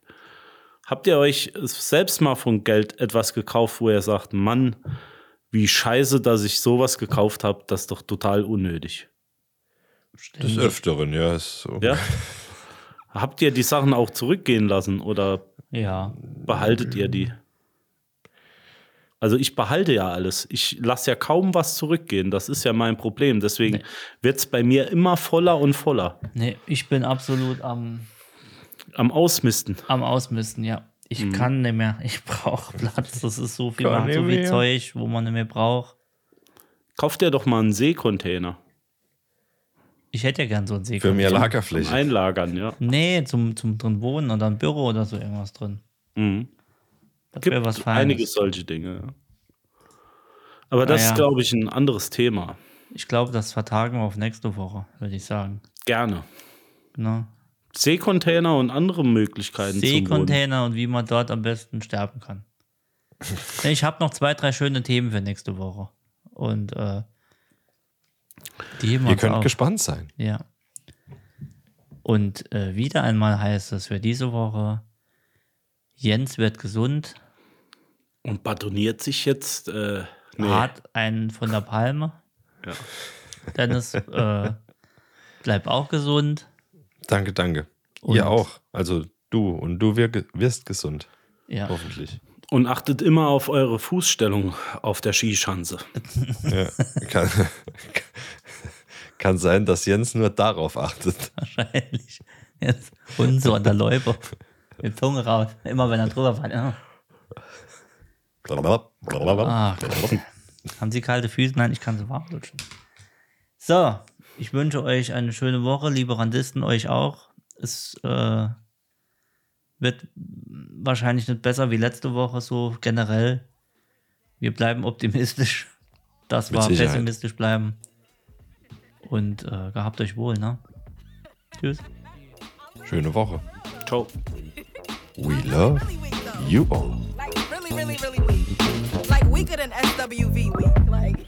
S6: Habt ihr euch selbst mal von Geld etwas gekauft, wo ihr sagt, Mann, wie scheiße, dass ich sowas gekauft habe, das ist doch total unnötig.
S1: Des Öfteren, ja. Ist so.
S6: Ja. Habt ihr die Sachen auch zurückgehen lassen oder
S5: Ja.
S6: behaltet ihr die? Also ich behalte ja alles. Ich lasse ja kaum was zurückgehen. Das ist ja mein Problem. Deswegen
S5: Nee.
S6: wird es bei mir immer voller und voller.
S5: Nee, ich bin absolut am,
S6: Am Ausmisten.
S5: am Ausmisten, ja. Ich kann nicht mehr. Ich brauche Platz. Das ist so viel,
S1: Mhm. Kann
S5: man hat so
S1: nicht
S5: viel
S1: mehr.
S5: Zeug, wo man nicht mehr braucht.
S6: Kauft ihr doch mal einen Seekontainer.
S5: Ich hätte ja gern so einen Segel.
S1: Für mehr
S6: Zum
S1: Lagerfläche.
S6: Einlagern, ja.
S5: Nee, zum, zum drin wohnen oder ein Büro oder so irgendwas drin.
S6: Mhm.
S5: Das
S6: Gibt
S5: wäre was Feines.
S6: einige solche Dinge. Ja. Aber das
S5: Ah, ja.
S6: ist, glaube ich, ein anderes Thema.
S5: Ich glaube, das vertagen wir auf nächste Woche, würde ich sagen.
S6: Gerne.
S5: Genau.
S6: Seekontainer und andere Möglichkeiten. zum Wohnen.
S5: Seekontainer und wie man dort am besten sterben kann. ich habe noch zwei, drei schöne Themen für nächste Woche. Und äh, die heben wir
S1: Ihr
S5: uns
S1: könnt
S5: auf.
S1: gespannt sein.
S5: Ja. Und äh, wieder einmal heißt es für diese Woche: Jens wird gesund,
S6: Und batoniert sich jetzt. Äh, nee.
S5: hat einen von der Palme.
S6: Ja.
S5: Dennis äh, bleibt auch gesund.
S1: Danke, danke.
S5: Und-
S1: Ihr auch. Also du und du wir, wirst gesund,
S5: Ja.
S1: hoffentlich.
S6: Und achtet immer auf eure Fußstellung auf der Skischanze.
S1: Ja. Kann, kann sein, dass Jens nur darauf achtet.
S5: Wahrscheinlich. Jetzt unten so an der Läufe. Mit Zunge raus. Immer wenn er drüber fährt. Ah.
S1: Blablabla, blablabla.
S5: Ah, Gott. Haben Sie kalte Füße? Nein, ich kann sie warm lutschen. So, ich wünsche euch eine schöne Woche, liebe Randisten, euch auch. Es äh, wird wahrscheinlich nicht besser wie letzte Woche, so generell. Wir bleiben optimistisch. Das
S1: Mit
S5: war
S1: Sicherheit.
S5: pessimistisch bleiben. Und äh, gehabt euch wohl, ne? Tschüss.
S1: Schöne Woche.
S6: Ciao.
S1: We love
S3: Really weak though.
S1: you all.
S3: Like really, really, really weak. Like weaker than SWV weak. Like.